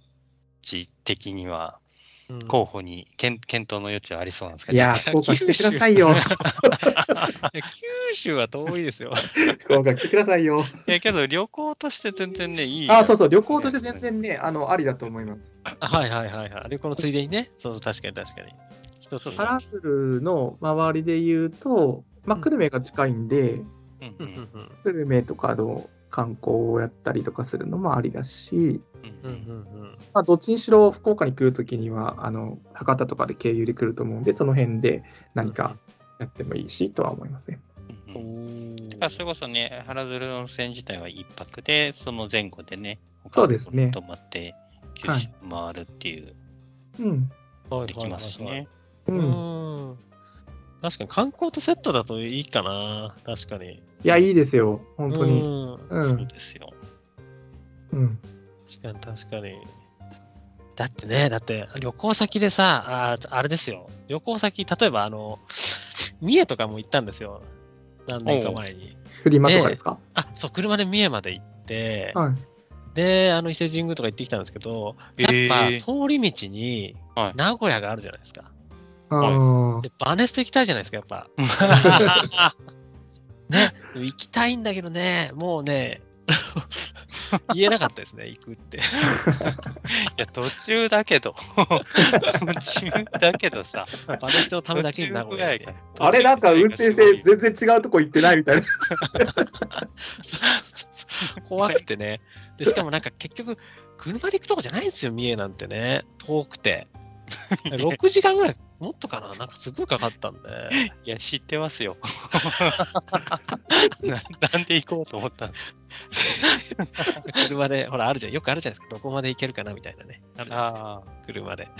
地的には
うん
候補に検検討の余地はありそうなんですけ
い
ど
やー、効果してくださいよ。
いや九州は遠いですよ。
効果してくださいよ。
いやけど旅行として全然ねいい
あ、そうそう、旅行として全然ね、あの、ありだと思います。
はいはいはいはい。で、このついでにね、そうそう、確かに確かに。一つ
そう
カラフルの周りで言うと、まあ、久留米が近いんで、
うんう
うん
ん
うん
久留米とかの観光をやったりとかするのもありだし、
うん
う
うん
うんんうん
まあ、どっちにしろ福岡に来るときには、あの、博多とかで経由で来ると思うんで、その辺で何かやってもいいし、とは思いますね。
うん
う
うん
ん。
だからそれこそね、原鶴温泉自体は一泊で、その前後でね、
そうですね
他のところに泊まって、九州回るっていう、
う
は
ん。
いはいはいはい
できますしね。。
う。
うんん。確かに観光とセットだといいかな。確かに。
いや、いいですよ。本当に。
うん
う。
そうんですよ。
うん。
確かに確かに。だってね、だって旅行先でさ、あーあれですよ。旅行先、例えばあの、 三重とかも行ったんですよ。何年か前に。
フリマとかですか
あ、そう、車で三重まで行って、
はい。
で、あの伊勢神宮とか行ってきたんですけど、
え
やっ
ー
ぱ通り道に
はい
名古屋があるじゃないですか。
あー
で、バネスト行きたいじゃないですか、やっぱ。 ね、でも行きたいんだけどね、もう ね、言えなかったですね、行く って。
いや、途中だけど、途中だけどさ、
バネストのためだけに名古屋行って。
あれなんか運転性全然違うとこ行ってないみたいな。
そうそうそう 怖くてね。で、しかもなんか結局、車で行くとこじゃないんですよ、三重なんてね。遠くて。6時間ぐらい、もっとかななんかすごいかかったんで。
いや、知ってますよ。ななん で行こうと思ったんですか
車で、ほら、あるじゃん。よくあるじゃないですか。どこまで行けるかなみたいなね。あるじゃないですか
ああ、
車で。
なん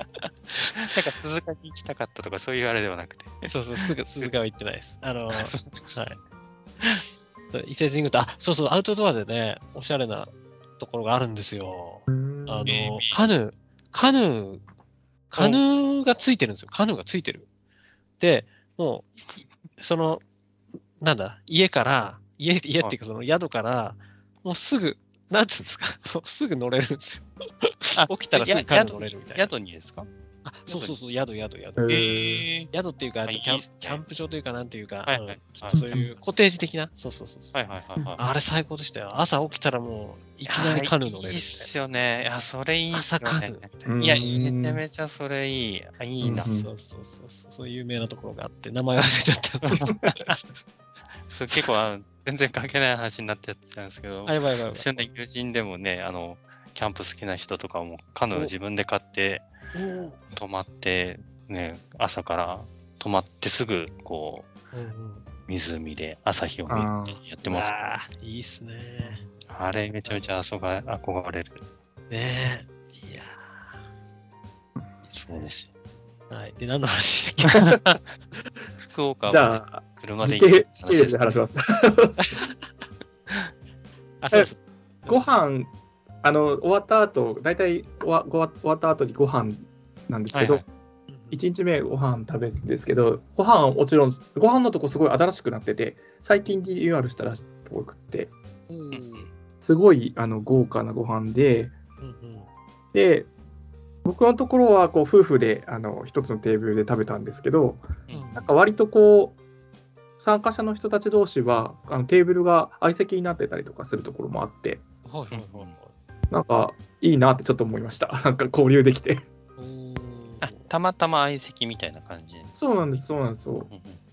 か鈴鹿に行きたかったとか、そういうあれではなくて。
そうそう、すぐ 鈴鹿は行ってないです。あの、はい。伊勢神宮と、あ、そうそう、アウトドアでね、おしゃれなところがあるんですよ。あの
えー、
カヌー、カヌー、カヌーがついてるんですよ。カヌーがついてる。で、もう、その、なんだ、家から、家、家っていうか、その宿から、もうすぐ、なんつうんですか、もうすぐ乗れるんですよ。
あ
起きたらすぐカヌー乗れるみたいな。
宿にですか
あ、そうそうそう、宿、宿、宿。
え
え
宿っていうか、あと
はい
キャン
いいっすね
キャンプ場というか、なんていうか、
はいはいはい
うんちょっとそういうコテージ的な、そうそうそうそう、
はいはいはいはい。
あれ最高でしたよ。朝起きたらもう、いきなりカヌー乗れるみたい
いいっ
な
すよね。いや、それいいっす
朝
よ
カヌー
ね
み。たい
うん
な。
いや、
うん
めちゃめちゃそれいい。あいいな。
うん
そうそうそうそう、そういう有名なところがあって、名前忘れちゃった。
そう結構あの、全然関係ない話になっちゃったんですけど、
あ、やばいやばいやばい。
私のね友人でもね、あの、キャンプ好きな人とかもカヌー自分で買って泊まって、ね、朝から泊まってすぐこう
うんうん
湖で朝日を見
あ
てやってますあ
あーいいっすね。
れめちゃめちゃ憧れ憧れる
ねえ。いやーいいっす
そう
ね
で。す
はい。で、何の話でしたっ
福岡
じ
は
ゃあ、
車で
時
行
系
く
系
話で
列
す
で話します。
け あ、そうです。
ご飯あの終わった後大体終わ終わ終わった後にご飯なんですけど、
はいは
1日目ご飯食べるんですけどご飯はもちろんご飯のとこすごい新しくなってて最近リニューアルしたらしくて
うんうん
すごいあの豪華なご飯で
うん
で僕のところはこう夫婦であの一つのテーブルで食べたんですけど
うん
なんか割とこう参加者の人たち同士はあのテーブルが相席になってたりとかするところもあって
はいはいはいはい。
なんかいいなってちょっと思いました なんか交流できて。
おー
あたまたま相席みたいな感じ
そうなんです、そうなんです。そう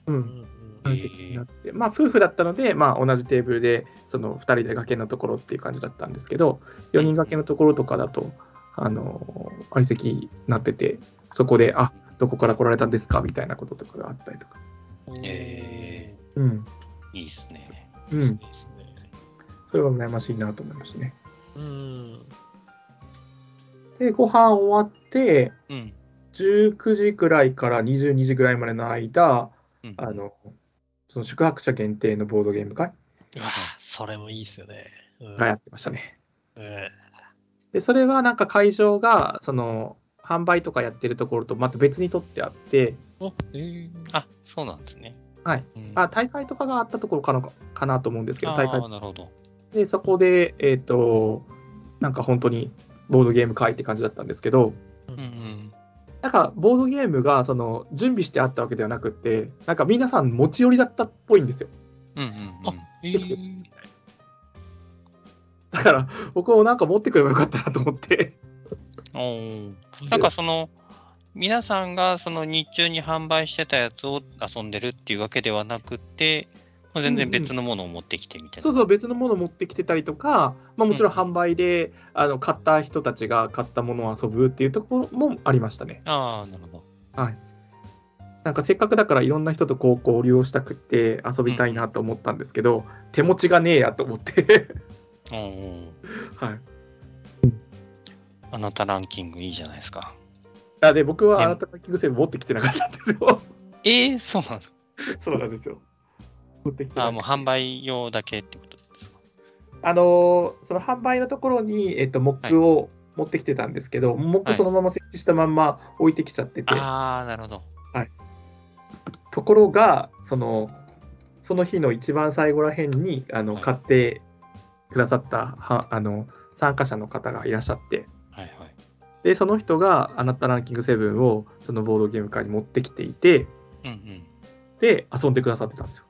うん
うん
う
うん
う
ん。
ん
うん
相席になって、まあ、夫婦だったので、まあ、同じテーブルで、その2人で崖のところっていう感じだったんですけど、4人掛けのところとかだと、あのー、相席になってて、そこで、あどこから来られたんですかみたいなこととかがあったりとか。
え
うん。
いいですね
う
いいっすね
ん。
いいっすね
それは羨ましいなと思いましたね。
うん。
で、ご飯終わって、
うん
19時くらいから22時くらいまでの間、
うん
あの、その宿泊者限定のボードゲーム会
うわそれもいいっすよね。うん
がやってましたね。
うん
で、それはなんか会場が、その、販売とかやってるところとまた別に取ってあって、
おえー
あそうなんですね
はい
うん
あ、大会とかがあったところかなかなと思うんですけど、
あ
大会
ーなるほど
で、そこで、えっ、と、なんか本当にボードゲーム会って感じだったんですけど、
うん
うんうん
なんかボードゲームがその準備してあったわけではなくって、なんか皆さん持ち寄りだったっぽいんですよ。
うんうんうん
え ー
だから僕もなんか持ってくればよかったなと思 って。
おーなんかその皆さんがその日中に販売してたやつを遊んでるっていうわけではなくてもう全然別のものを持ってきてみたいな。
そうそう、別のもの持ってきてたりとか、まあ、もちろん販売で、あの買った人たちが買ったものを遊ぶっていうところもありましたね。
ああなるほど。
はい。なんかせっかくだからいろんな人とこう交流をしたくって遊びたいなと思ったんですけど、手持ちがねえやと思って、
おー
はい。
あなたランキングいいじゃないですか。
あで僕は
ね
あなたのキングセーブ持ってきてなかったんですよ。
ええそうなの
そうなんですよ。持ってきて
あ
な
ー
く
もう
て
販売用だけってことですか。
あのーその販売のところに、えっと、モックを持ってきてたんですけど、モックそのまま設置したまんま置いてきちゃってて、
ああなるほど。
ところがそのその日の一番最後らへんにあの
はい
買ってくださったはあの参加者の方がいらっしゃって
はいはい。
でその人が「あなたランキング7」をそのボードゲーム会に持ってきていて
うんうん。
で遊んでくださってたんですよ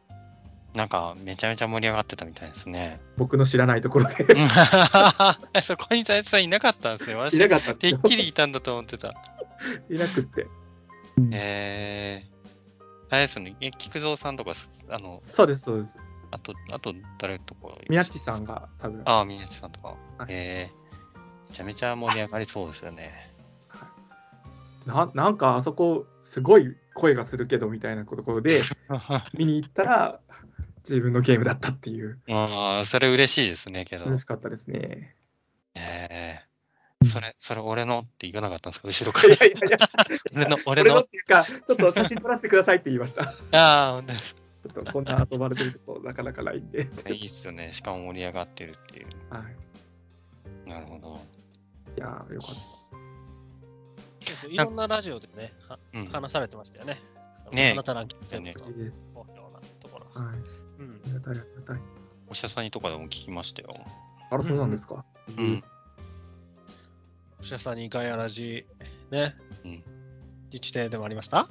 なんかめちゃめちゃ盛り上がってたみたいですね。
僕の知らないところで
そこに財津さんいなかったんですよ。
い
私
なかったんで
て
す
っ
よ
きりいたんだと思っ てた。
いなくって
えー、あれですよね、え菊蔵さんとかす、あの、
そうですそうです
あと、あと誰とか、
宮地さんが多分
ああ、宮地さんとか。
はい
えー、めちゃめちゃ盛り上がりそうですよ ね。
ななんかあそこすごい声がするけどみたいなとこ ろで見に行ったら自分のゲームだったっていう
ああ、それ嬉しいですね、けど。
嬉しかったですね
えー、それ、それ俺のって言わなかったんですか、後ろか
い
ら
や。いやいや、
俺の、
俺
俺
の
の
っ。ていうか、ちょっと写真撮らせてくださいって言いま した。ち
ああ、本 当です
ょっとこんな遊ばれてるとこなかなかないんで。
いいっすよね。しかも盛り上がってるっていう。
はい、
なるほど。
いやー、よかっ
結構いろんなラジオでね、は
うん。
話されてましたよね。
ねえ
あなたランキング全部
ね
と
た。
い
いいです
ろんなところ。
はい、
うん
ありがたい、ありがたい。
お医者さんにとかでも聞きましたよ。
あら、そうなんですか。
うん。
お医者さんにガヤラジ、ね。
うん
自治体でもありました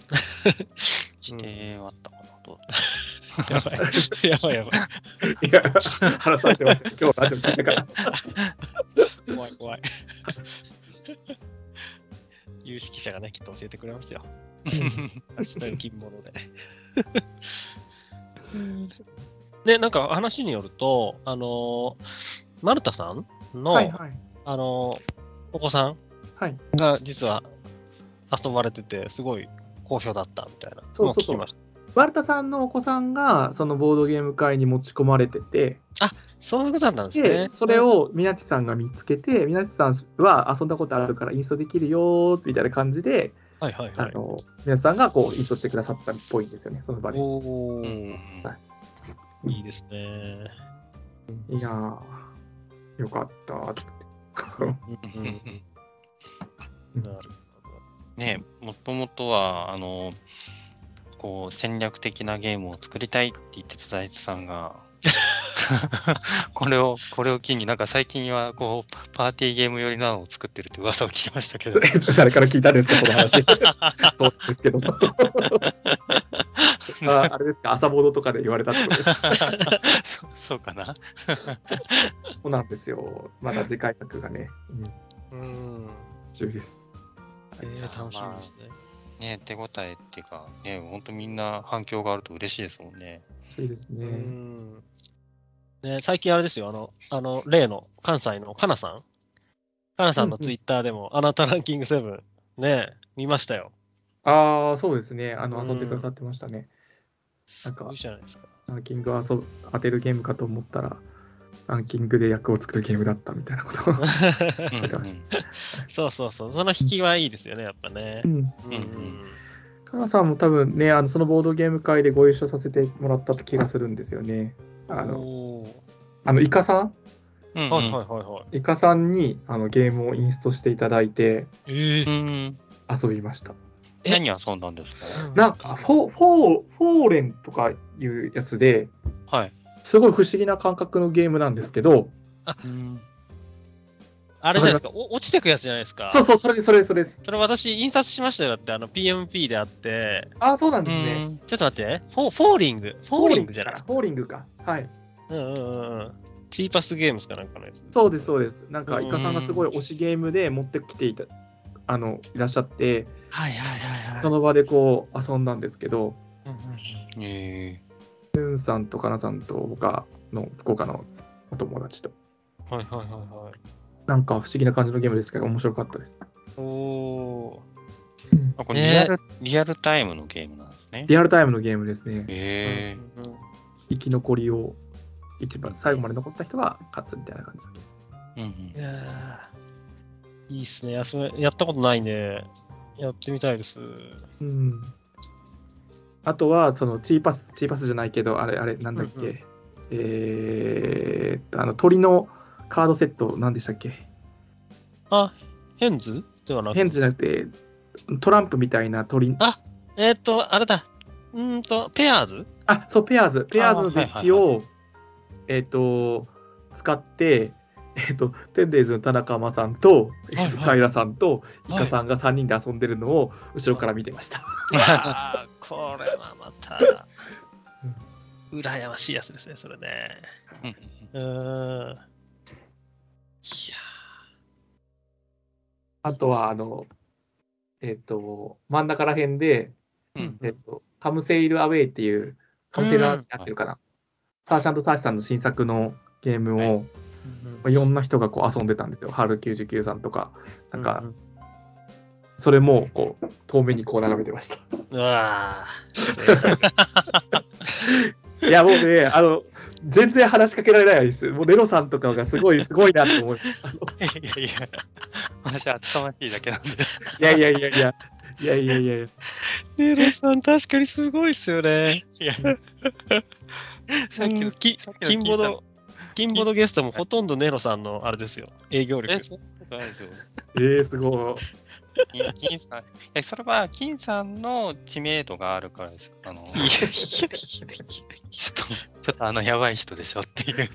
指定はあったかなと。
や ばい。やばいやばい。
いや、腹されてました。今日ラジオ聞いたから。
怖い怖い。 有識者がね、きっと教えてくれますよ。明日の金物 で。で、なんか話によると、あのーマルタさんの、
はいはい。
あの、お子さん
はい。
が実は遊ばれてて、すごい好評だったみたいな。
そうそうそう
のを聞きまし
丸田さんのお子さんが、そのボードゲーム会に持ち込まれてて、
たそういうことだったんですね
で、。それをみなちさんが見つけて、みなちさんは遊んだことあるからインストできるよーみたいな感じで、
はいはい
あ
はい。
の、皆さんがこう、インストしてくださったっぽいんですよね、その場で。
お
う
ー、
ん
はい
いいですね。
いやー、よか ったーって。
うんなるほど。
ねもともとはあのこう戦略的なゲームを作りたいって言ってた大地さん がこれをこれを機になんか最近はこうパパーティーゲーム寄りなのを作ってるって噂を聞きましたけど
誰から聞いたんですか、この話。そうですけど。 ああれですか、朝ボードとかで言われたってことです
そそうかな
そうなんですよ。まだ次回作がね、うん、
うん。
中です。
えー、楽しみですね。
ね手応えっていうかね本当みんな反響があると嬉しいですもんね
そうです
う
ね。
ん。ね、最近あれですよ、あの、あの例の関西のかなさん。かなさんの
うんうん
ツイッターでも、あなたランキング7、ね、見ましたよ。
ああ、そうですね。あ
う
の、
ん
遊んでくださってましたね。
す
なんか
ごいじゃないですか。
ランキングを遊ぶ当てるゲームかと思ったら、ランキングで役を作るゲームだったみたいなこと。
うんうん
わかりまし
そうそうそう、その引きはいいですよね、やっぱね
う。ん。
うんん。
かなさんも多分ね、あのそのボードゲーム会でご一緒させてもらった気がするんですよね。あの、
おー
あのイカさん
うんうん
はいはいはいはい。
イカさんにあのゲームをインストしていただいて
え
うん
遊びました。
え
何遊んだんです
なんかフォフォー、フォーレンとかいうやつで、
かはい、
すごい不思議な感覚のゲームなんですけど、
あれじゃないですか、お落ちてくやつじゃないですか。
そうそう、それです、それです、それです。
それ私、印刷しましたよ。だって、あの、PMP であって、
あ、そうなん
う
ですね。
ん
ちょっと待って、フォーフォーリング。フォーリングじゃないですか。
フォーリングか。はい。
うんうんうんうん。チーパスゲームスかなんかのやつ。
そうです、そうです。なんか、
うん
イカさんがすごい推しゲームで持ってきていた、あの、いらっしゃって、
はいはいはいはい。
その場でこう、遊んだんですけど、
うんうん
え
ヌンさんとカナさんと僕の福岡のお友達と、
はいはいはいはい。
なんか不思議な感じのゲームですけど、面白かったです。
おお
ーあこれリアル、リアルタイムのゲームなんですね
リアルタイムのゲームですね。
ー。
え
うんうん
生き残りを一番最後まで残った人が勝つみたいな感じのゲーム
えうん
いやーいいっすね。やそれやったことないんで、やってみたいです。
うん、あとはそのチーパスチーパスじゃないけどあれあれなんだっけ、
うんうん
えーっとあの鳥のカードセットなんでしたっけ
あ、ヘンズではな
変
く
じゃなくてトランプみたいな鳥
あえーっ、と、あれだ。うーんと、ペアーズ
あそうペアーズペアーズのデッキを、
はい
えーっ、と使ってえーっ、とテンデイズの田中間さんと、
はいはい
カイラさんとイ
はい
カさんが3人で遊んでるのを後ろから見てました、
あーこれはまた、羨ましいやつですね、それね。
う
う
ん
ーん。いや
あとはあのえーっ、と真ん中ら辺で
うんうん
えっと、カムセイルアウェイっていう、カムセイルアウェイになってるかな。サーシャンとサーシさんの新作のゲームを、
はい
まあ、いろんな人がこう遊んでたんですよ。ハル99さんとか、なんか、それもこう遠目にこう眺めてました。
うわ
いや、もうね、あの、全然話しかけられないです。もうネロさんとかがすごい、すごいなと思います。あの
いやいや、私、厚かましいだけなんで。
いやいやいやいや。いやいやいやいや
ネロさん、確かにすごいっすよね。
いや、さ
さ
っ
っ
き
き
の
の、
き
き
さっき
金
の
ボド、金ボドゲストもほとんどネロさんのあれですよ、営業力
え、
で
そ
す。
んなことないですよ。
えー、すごい。
金金さん、え、それは金さんの知名度があるからですよ。あの、
いやいやいやい
ちょっと、ちょっとあの、やばい人でしょって いう。
やいや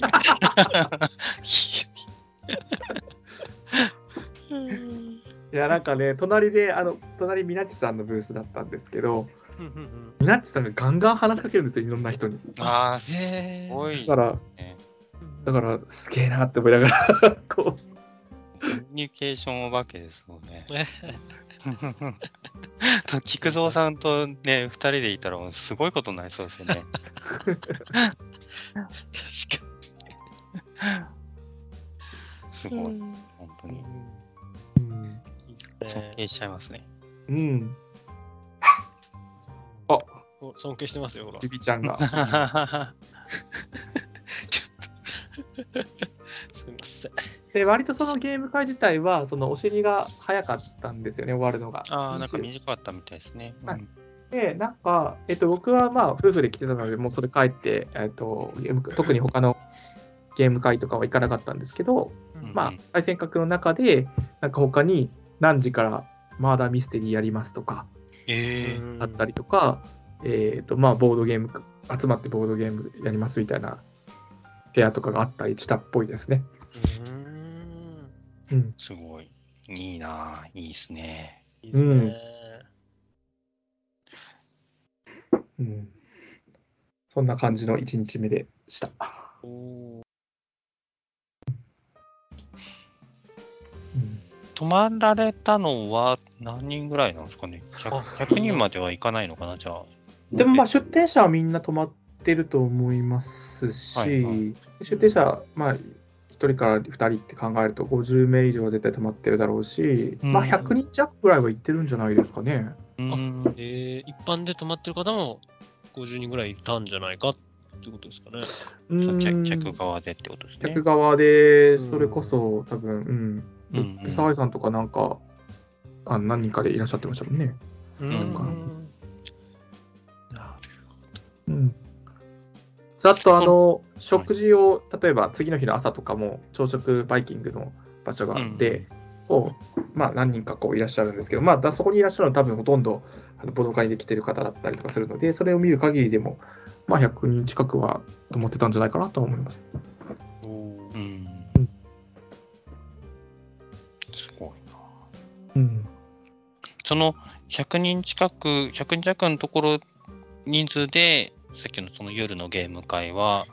うん
いや、なんかね、隣で、あの、隣、みなちさんのブースだったんですけど、
うんうん
みなちさんがガンガン話しかけるんですよ、いろんな人に。
ああ、す
へ
ごい
だ。から、
ね
だから、すげえなって思いながら、 こう、
コミュニケーションお化けですもんね。 と菊蔵さんとね、二人でいたら、すごいことになりそうですよね。
確か
すごい、本当当に。
うん。
いいです
尊
ね。
敬しちゃいますね。
うん。
お尊敬してますよ、ほら
ち。びちゃんが。
ちょっとすみません。
で、割とそのゲーム会自体は、そのお尻が早かったんですよね、終わるのが。
ああ、なんか短かったみたいですね。
はい
うん
で、なんか、えっと、僕はまあ、夫婦で来てたので、もうそれ帰って、えっと、ゲーム特に他のゲーム会とかは行かなかったんですけど、
うん
まあ、対戦格の中で、なんか他に何時からマーダーミステリーやりますとか、
ええ
あった
り。
りとか、えっと、まあ、ボードゲーム、集まってボードゲームやりますみたいなペアとかがあったりしたっぽいですね。
うん。
うん。
すごい。いいなあいいですね。
いいです
うん
ね。
うん、そんな感じの1日目でした。
おー
うん
泊まられたのは何人ぐらいなんですかね 100, 100人まではいかないのかなじゃあ。
でもまあ
え
出店者はみんな泊まってると思いますし、
はいはい
出店者、まあ、1人から2人って考えると50名以上は絶対泊まってるだろうし、
うん
まあ、100人弱ぐらいは行ってるんじゃないですかね。
うーん
えー一般で泊まってる方も50人ぐらいいたんじゃないかってことですかね。
うん
客客側でってことですね
客。側で、それこそ多分、
う
うんん、沢井さんとかなんか、あ何人かでいらっしゃってましたもんね。
うんん。なる
うんあとあの食事を例えば次の日の朝とかも朝食バイキングの場所があって、をまあ、何人かこういらっしゃるんですけど、まあ、だそこにいらっしゃるのは多分ほとんどあのボド会で来てる方だったりとかするのでそれを見る限りでも、まあ、100人近くはと思ってたんじゃないかなと思います。
ほど。おー
うん
うん
すごいな。
うん
その100人近く、100人弱のところ人数で、さっきのその夜のゲーム会は、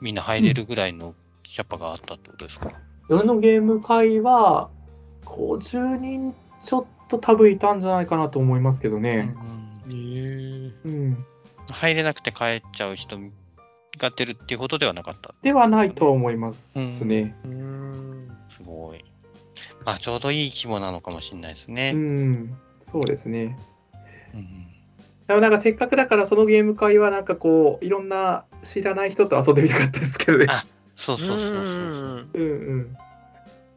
みんな入れるぐらいのキャパがあったってことですか、
夜のゲーム会は50人ちょっと多分いたんじゃないかなと思いますけどね。
ええ。
うん、
入れなくて帰っちゃう人が出るっていうほどではなかった。
ではないとは思いますね。
うん。
すごい。まあ、ちょうどいい規模なのかもしれないです
う
ね。
ん、そうですね。
うん
でもなんかせっかくだからそのゲーム会はなんかこういろんな知らない人と遊んでみたかったですけどね。
あそうそうそうそう。
ん。
うんうん。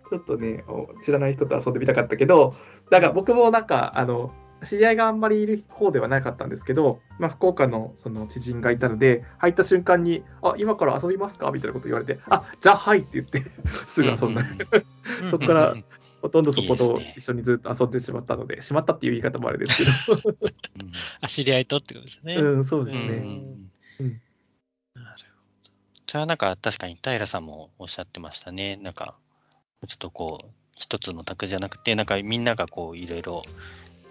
ちょっとねお知らない人と遊んでみたかったけどなんか僕もなんかあの知り合いがあんまりいる方ではなかったんですけど、まあ、福岡のその知人がいたので入った瞬間に「あ今から遊びますか?」みたいなこと言われて「あじゃあはい」って言って すぐ遊んだ、
う
うん
そっから
うん
ほとんどそこ
いい
と
ですね
一緒にずっと遊んでしまったのでしまったっていう言い方もあれですけど、
うん
あ、知り合いとってことですね。
うん、そうです
うん
ね。
うんなる
それはなんか確かに平さんもおっしゃってましたね。なんかちょっとこう一つの卓じゃなくてなんかみんながこういろいろ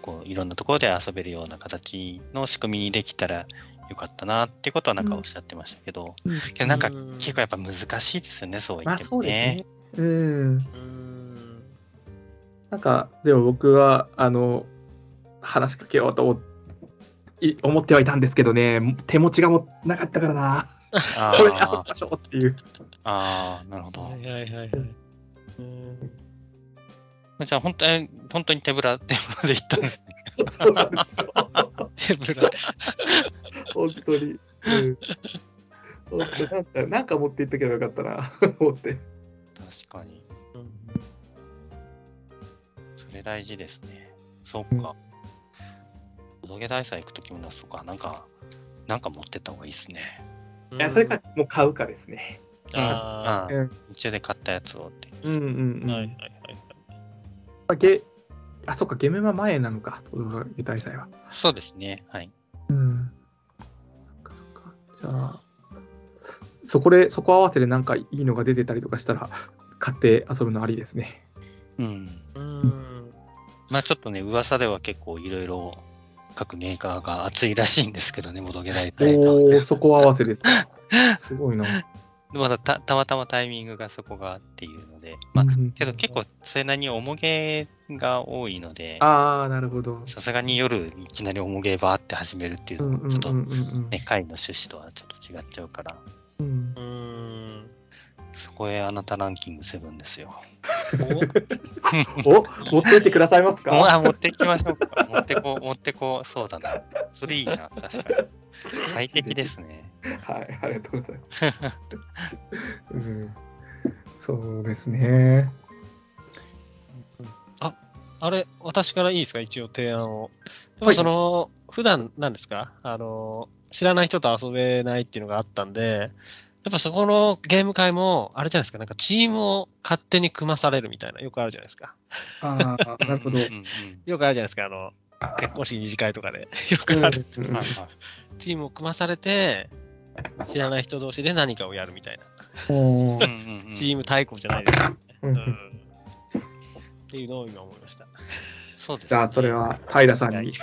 こういろんなところで遊べるような形の仕組みにできたらよかったなってことはなんかおっしゃってましたけど、
うん
けどなんか
うん
結構やっぱ難しいですよねそう
ま
言っ
あ
て
そ
も
うです
ね。
ね。うん
うん。
なんか、でも僕は、あの、話しかけようと思い思ってはいたんですけどね、手持ちがもうなかったからな、
あ
これで遊び
ー
ましょうっていう。
あーなるほ
は
ど。
いはいはいはい。うん。
じゃあ本当に本当に手ぶら手ぶらで行ったんですね。
そうなんですよ、
手ぶら。
本当に。うん本当なんかなんか持って行っとけばよかったな、思って。
確かに
うん
それ大事ですね。そっか。おどげ大祭行くときもな、そっか、なんか、なんか持ってった方がいいですね。
いやそれか、もう買うかですね。
あ
ああ
うん
一応で買ったやつをって。
うんうん
あ、
うん。
はいはいはい。
ゲあ、そっか、ゲメマ前なのか、ゲ大祭は。
そうですね。はい。
うん。そっかそっか。じゃあ、そこで、そこ合わせでなんかいいのが出てたりとかしたら、 買って遊ぶのありですね。
うん。
うん。
まあちょっとね、噂では結構いろいろ各メーカーが熱いらしいんですけどね、おどげ大祭
お
が。
お、そこ合わせです か。すごいな。
まだたたまたまタイミングがそこがっていうので。まあ
う、ん
けど結構それなりに重げが多いので、
ああ、なるほど。
さすがに夜いきなり重げバーって始めるっていううんの
うん
も
う
ちょっ
ん
と
うんうん
ね、会の趣旨とはちょっと違っちゃうから、
うん。
うん。
そこへあなたランキング7ですよ。
お持ってってくださいます
おも
か
あ持ってきましょうか。持ってこう、持ってこう。そうだな。それいいな、確かに。最適ですね。
はい、ありがとうござい ます。うん、そうですね。
あれ、私からいいですか、一応提案を。やっぱその、普段なんですかあの、知らない人と遊べないっていうのがあったんで、やっぱそこのゲーム会も、あれじゃないですか、なんかチームを勝手に組まされるみたいな、よくあるじゃないですか。
ああ、なるほど
うん。うん
よくあるじゃないですか、あの、結婚式二次会とかで、 よ
う
く
ん
ある。
うんはいはい
チームを組まされて、知らない人同士で何かをやるみたいな。
おー
うんうんうん
チーム対抗じゃないですか。
う
うんん。っていうのを今思いました。
そうですね。
じゃあ、それは平さんに、ゲ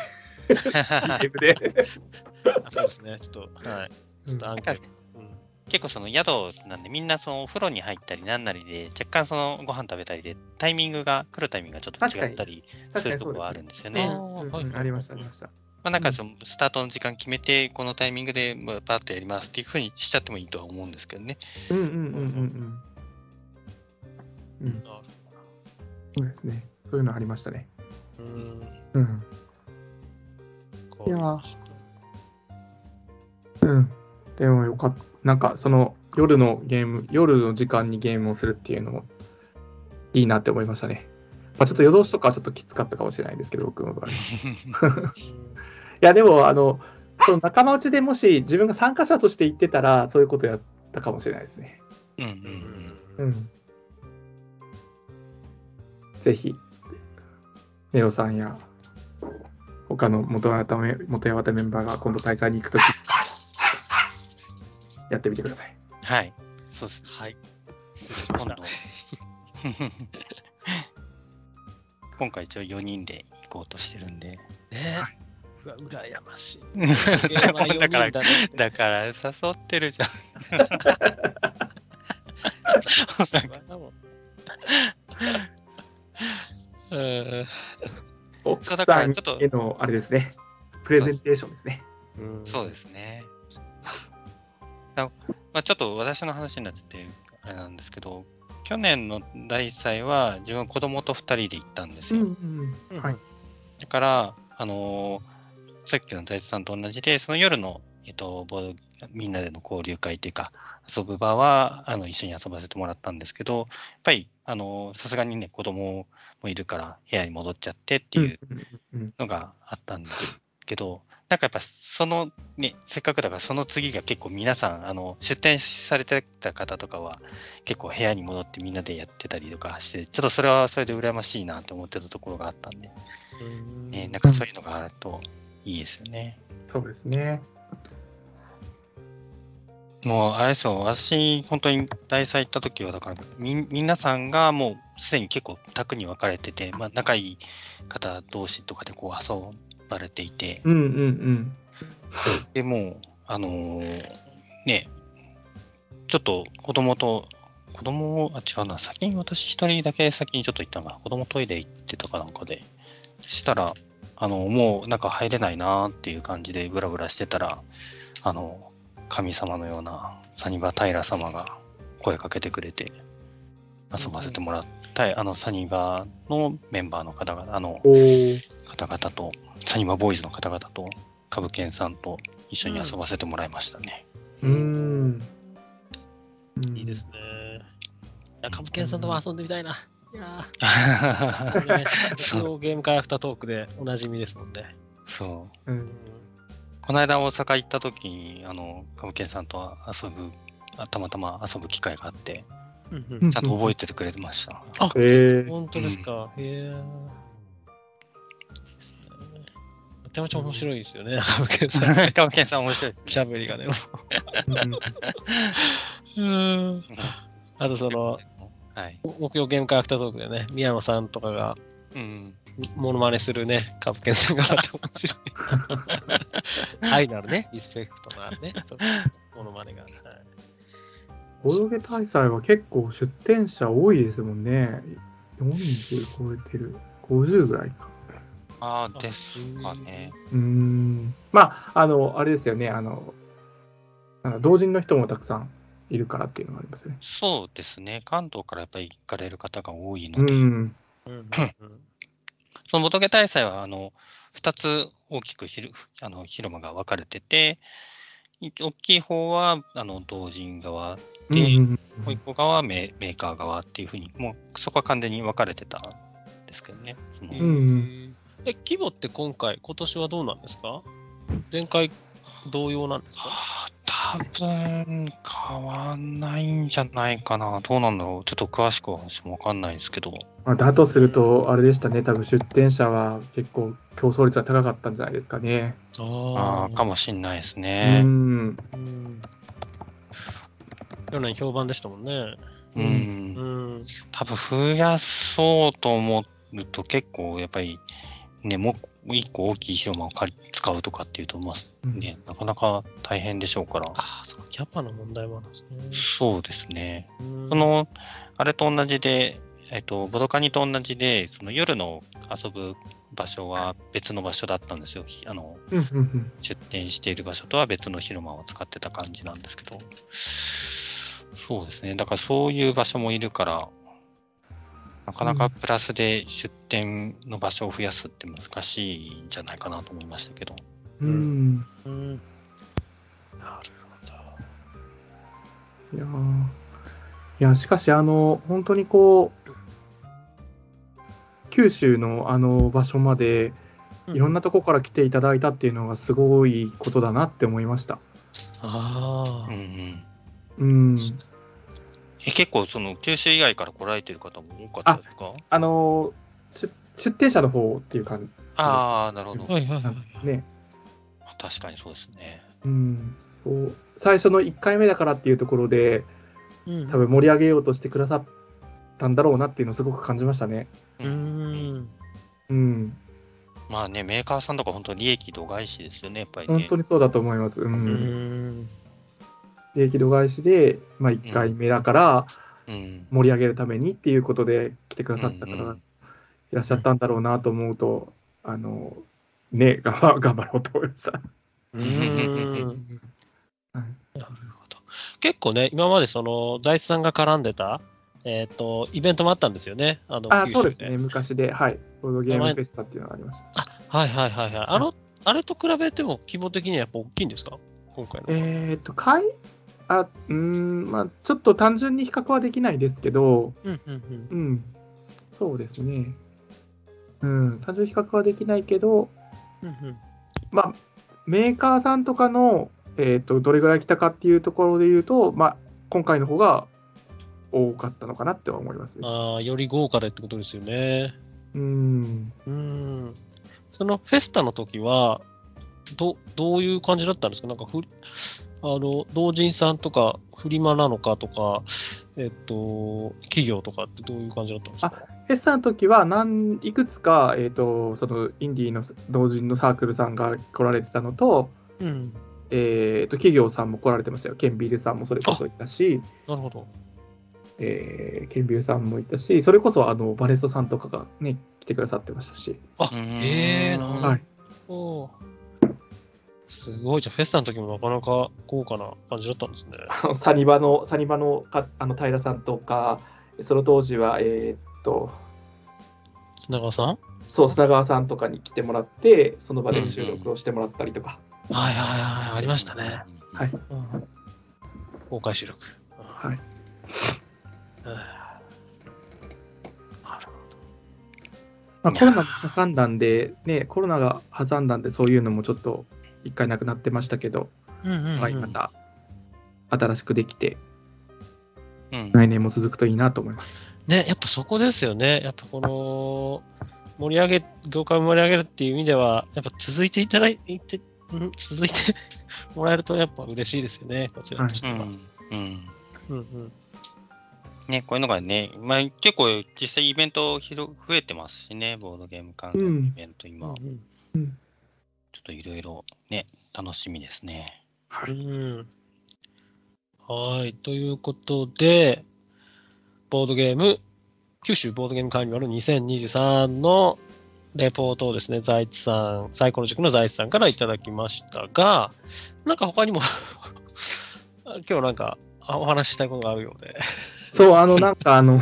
ームで。
あそうですね、ちょっと、はい。ちょっとアンケート。うん
結構その宿なんでみんなそのお風呂に入ったりなんなりで若干そのご飯食べたりでタイミングが来るタイミングがちょっと違ったりするとこはあるんですよね。
確かにね
ま
うんうん
はい
うんありました、ありました。
あなんかそのスタートの時間決めてこのタイミングでまあパッとやりますっていうふうにしちゃってもいいとは思うんですけどね。
うんうんうんうんうん。うん、
あ
そうですね。そういうのありましたね。
うん
うん。
こう
いやうん。でもよかった。なんか、その、夜のゲーム、夜の時間にゲームをするっていうのも、いいなって思いましたね。まあ、ちょっと夜通しとかはちょっときつかったかもしれないですけど、僕の場合。いや、でも、あの、その仲間内でもし自分が参加者として行ってたら、そういうことやったかもしれないですね。
うんう
うんん
うん。ぜひ、ネロさんや、他の元八幡メ元八幡メンバーが今度大会に行く とき、やってみてください。
うん。はい。そうです。
はい。失礼しました
今度。今回一応4人で行こうとしてるんで。
ねうわ、羨ましい。
だから
だ
だから誘ってるじゃん。
うん
奥
そうだか
さ
ら
ん
ちょっと
への、あれですね、プレゼンテーションですね。
そうですね。あまあ、ちょっと私の話になってて、あれなんですけど、去年の大祭は自分は子供と2人で行ったんですよ。
うん
はい。
だから、あのーさっきの大地さんと同じで、その夜の、えっと、ボードみんなでの交流会というか、遊ぶ場はあの一緒に遊ばせてもらったんですけど、やっぱり、あのーさすがにね、子供もいるから部屋に戻っちゃってっていう
うん
のがあったんですけど、なんかやっぱそのね、せっかくだからその次が結構皆さん、あの、出店されてた方とかは結構部屋に戻ってみんなでやってたりとかして、ちょっとそれはそれで羨ましいなと思ってたところがあったんで、ね、なんかそういうのがあるといいですよね。
そうですね。
もうあれですよ、私、本当に大祭行った時は、だからみ、皆さんがもうすでに結構卓に分かれてて、まあ仲いい方同士とかでこう遊ばれていて、
うんうんうん。
でもう、あのーね、ちょっと子供と、子供を、あ、違うな、先に私一人だけ先にちょっと行ったのかな、子供トイレ行ってたかなんかで、そしたら、あの、もう中入れないなーっていう感じでブラブラしてたら、あの、神様のようなサニバ平様が声かけてくれて、遊ばせてもらったい、あの、サニバのメンバーの方々、あの、
おー
方々と、サニバボーイズの方々と、カブケンさんと一緒に遊ばせてもらいましたね。
うーん。
いいですね。中本健さんとも遊んでみたいな。いや
そう
ー、ね、東京ゲーム会アフタートークでおなじみですもんね。
そう。
うん。
この間大阪行った時に、あの、カブケンさんと遊ぶ、あたまたま遊ぶ機会があって、
うんう
うん
ちゃんと覚えててくれてました。
あ、
えー
本当ですか。へえ。いいですねめちゃめちゃ面白いですよね、中本健さん。
カブケンさん面白いです
し
ね。
ゃべりがね。
う
う
ん
ん。あとその、
はい。
木曜ゲーム会アフタートークでね、宮野さんとかが
うん。
モノマネするね、カブケンさんがまた面白い。愛のあるね、リスペクトのあるね、そうモノマネが。はい
ボドゲ大祭は結構出店者多いですもんね。40超えてる。50ぐらいか。
ああ、ですかね。
うーん。まあ、あの、あれですよね。あの、なんか同人の人もたくさんいるからっていうのがありますね。
そうですね。関東からやっぱり行かれる方が多いの
う
で、
ん。
うんうんうん
その仏大祭は、あの、2つ大きくひるあの広間が分かれてて、い大きい方は、あの、同人側、
うん
で
うん
もう一個側はメメーカー側っていうふうに、もうそこは完全に分かれてたんですけどね。その
うん
え規模って今回、今年はどうなんですか前回同様なんですか
はあ多分変わんないんじゃないかな。どうなんだろう。ちょっと詳しくは私もわかんないですけど。
まあ、だとすると、あれでしたね、多分出店者は結構競争率が高かったんじゃないですかね。
ああ、かもしんないです
う
ね。
う
ん。
ん去年評判でしたもんね。
うん。
うん。
多分増やそうと思うと結構やっぱりね、もう一個大きい広間を借り使うとかっていうと、まあね、なかなか大変でしょうから。
ああ、そうか、キャパの問題もあるんですね。
そうですね。
うん
そ、の、あれと同じで、えっと、ボドカニと同じで、その夜の遊ぶ場所は別の場所だったんですよ。ひあの、
うんうんうん
出店している場所とは別の広間を使ってた感じなんですけど、そうですね。だからそういう場所もいるから、なかなかプラスで出店の場所を増やすって難しいんじゃないかなと思いましたけど。
うん
んうんなる
いやーいやしかしあの本当にこう九州のあの場所まで
ほど。
いろんなとこから来ていただいたっていうのがすごいことだなって思いました。
あ
うんうん。
うん、
え結構その九州以外から来られてる方も多かったですか
あの出出店者の方っていう感
ああー、なるほ
あ
ど
ー。。はいはいはい。
じね。
確かにそうですね。
うん、そう最初の1回目だからっていうところで
うん
多分盛り上げようとしてくださったんだろうなっていうのをすごく感じましたね。
うーん。
うん、
まあね、メーカーさんとか本当利益度外視ですよね、やっぱり
本
ね
当。にそうだと思います。う、
うんん。
利益度外視で、まあ、1回目だから、
うん。
盛り上げるためにっていうことで来てくださった方
うんう
が
ん
いらっしゃったんだろうなと思うと、あのね 頑張頑張ろうと思いました。
うーん
はい
結構ね、今までその財津さんが絡んでた、えっ、と、イベントもあったんですよね。あの
あ
九州
そうですね、昔で、はい、ボードゲームフェスタっていうのがありました。
はいはいはいはい。あの、あれと比べても規模的にはやっぱ大きいんですか今回の。
えっ、と、会あうーん、まあ、ちょっと単純に比較はできないですけど、
うんうんうん。
うん、そうですね。うん、単純に比較はできないけど、
うん
まあ、メーカーさんとかの、えー、とどれぐらい来たかっていうところで言うと、まあ、今回の方が多かったのかなっては思います
うん、
ね。
ああ、より豪華でってことですよね。
うん
うん。そのフェスタの時は、どどういう感じだったんですかなんかふあの同人さんとかフリマなのかとか、えっと、企業とかってどういう感じだったんですか
フェスタの時は何いくつか、えー、とそのインディーの同人のサークルさんが来られてたのと,、
うん。
えー、と企業さんも来られてましたよケンビールさんもそれこそいたし、
なるほど。
えーケンビールさんもいたしそれこそあのバレストさんとかが、ね、来てくださってましたし、
あ
うん
へえなるほど。
はい、
おーすごい、じゃあフェスタの時もなかなか豪華な感じだったんですね。
あのサニバの、サニバのかあの平さんとか、その当時は、えーっと、
砂川さん
そう、砂川さんとかに来てもらって、その場で収録をしてもらったりとか。
はいはいはい、ありましたね。。
はい
うん、公開収録。
はい。
うん
まあ、コロナが挟んだんで、ね、コロナが挟んだんで、そういうのもちょっと一回なくなってましたけど、
うんうんうん
はい、また新しくできて、
うん
来年も続くといいなと思います。
ね、やっぱそこですよね。やっぱこの、盛り上げ、業界を盛り上げるっていう意味では、やっぱ続いていただいて、うん続いてもらえるとやっぱ嬉しいですよね、こちらとして
う
は。
んうん
うんうん
ね、こういうのがね、まあ、結構実際イベント広増えてますしね、ボードゲーム関連のイベント、今、
うん
ちょ
うん
っといろいろね、楽しみですね。
は
う
い、
ん。はい。ということで、ボードゲーム、九州ボードゲームカーニバル2023のレポートをですね、財津さん、サイコロ塾の財津さんからいただきましたが、なんか他にも 、今日なんかあお話ししたいことがあるようで。
そ う、あの、なんか、あの、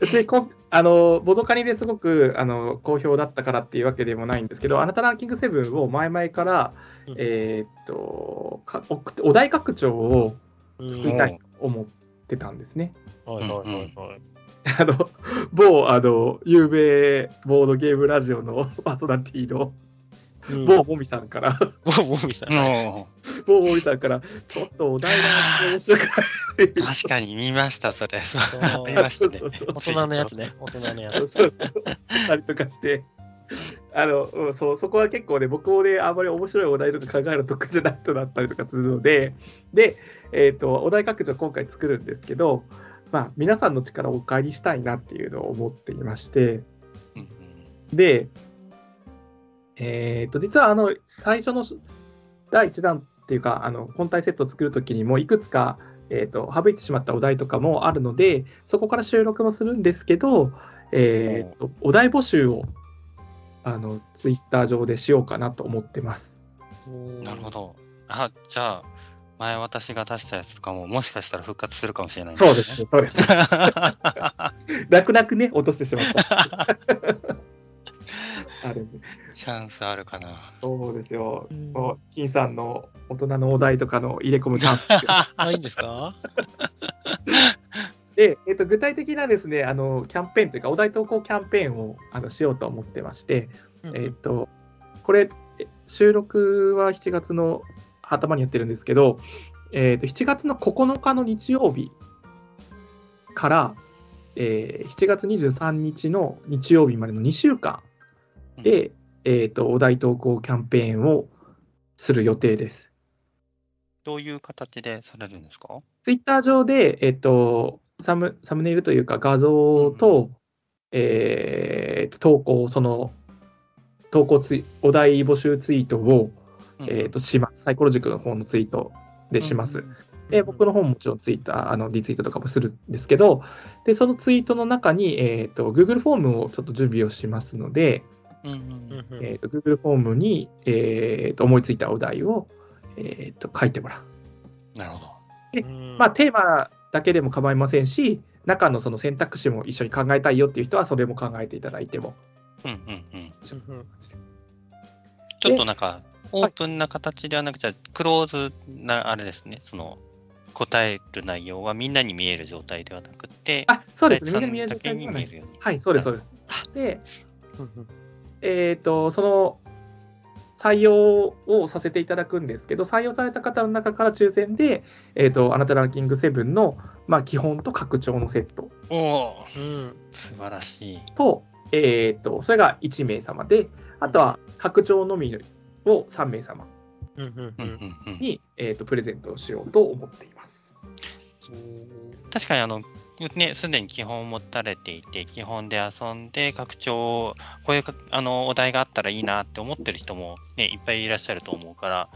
別にこんあの、ボドカニですごくあの好評だったからっていうわけでもないんですけど、あなたランキング7を前々から、
うん
えーっとかお、お題拡張を作りたいと思ってたんですね。
はいはいはいはい。
あの、某、あの、有名ボードゲームラジオのパーソナリティの
うん
某もみさんから、
某某みたいな。
おー
某もみさんから、ちょっとお題が面白 くない。
確かに見ました、それ。
う
ありましたね。
大人のやつね。大人のやつ。
そうたりとかして、あのうんそうそこは結構ね、僕もね、あんまり面白いお題とか考えるの得意じゃないとなったりとかするので、で、えー、とお題拡張、今回作るんですけど、まあ、皆さんの力をお借りしたいなっていうのを思っていまして、
うんうん
で、えー、と実はあの最初の第1弾っていうか、あの本体セットを作るときにも、いくつか、えー、と省いてしまったお題とかもあるので、そこから収録もするんですけど、えー、とお題募集をあのツイッター上でしようかなと思ってます。
なるほど。あ、じゃあ、前私が出したやつとかも、もしかしたら復活するかもしれない、
そうで。す、そうです。 泣く泣くね、落としてしまった。 あるんで
チャンスあるかな。
そうですよ。
うん
もう金さんの大人のお題とかの入れ込むチャンス。
ないんですか
で、えっと具体的なですねあのキャンペーンというか、お題投稿キャンペーンをあのしようと思ってまして、えっとこれ、え収録は7月の頭にやってるんですけど、えっと7月の9日の日曜日から、えー7月23日の日曜日までの2週間で、えっとお題投稿キャンペーンをする予定です。
どういう形でされるんですか
ツイッター上で、えっと、サムサムネイルというか画像と、えー投稿、その、投稿ツイ、お題募集ツイートを、えっとします。サイコロ塾の方のツイートでします。。で、僕の方ももちろんツイッター、あのリツイートとかもするんですけど、で、そのツイートの中に、えっと、Google フォームをちょっと準備をしますので、
うんうんうん
えっと Google フォームに、えっと思いついたお題を、えっと書いてもらう。
なるほど。
まあ、
あ、
テーマだけでも構いませんし、中のその選択肢も一緒に考えたいよっていう人は、それも考えていただいても。
うんうんうん。
うん
ちょっとなんか、オープンな形ではなくて、クローズな、あれですね、その、答える内容はみんなに見える状態ではなくて、
あ、そうですね。みんな見え
第三
る状
だけ
態で
に
は
見
な
え
い
るように。
はい、そうです、そうです。で、
うん
えっ、と、その、採用をさせていただくんですけど、採用された方の中から抽選で、えっ、と、あなたランキング7の、まあ、基本と拡張のセット
おおー
うん
素晴らしい。
と、えっ、と、それが1名様で、あとは拡張のみを3名様
うんうんう
うんうんんうん
に、えっ、と、プレゼントをしようと思っています。
確かにあの、ね、すでに基本を持たれていて、基本で遊んで、拡張、こういうかあのお題があったらいいなって思ってる人も、ね、いっぱいいらっしゃると思うから、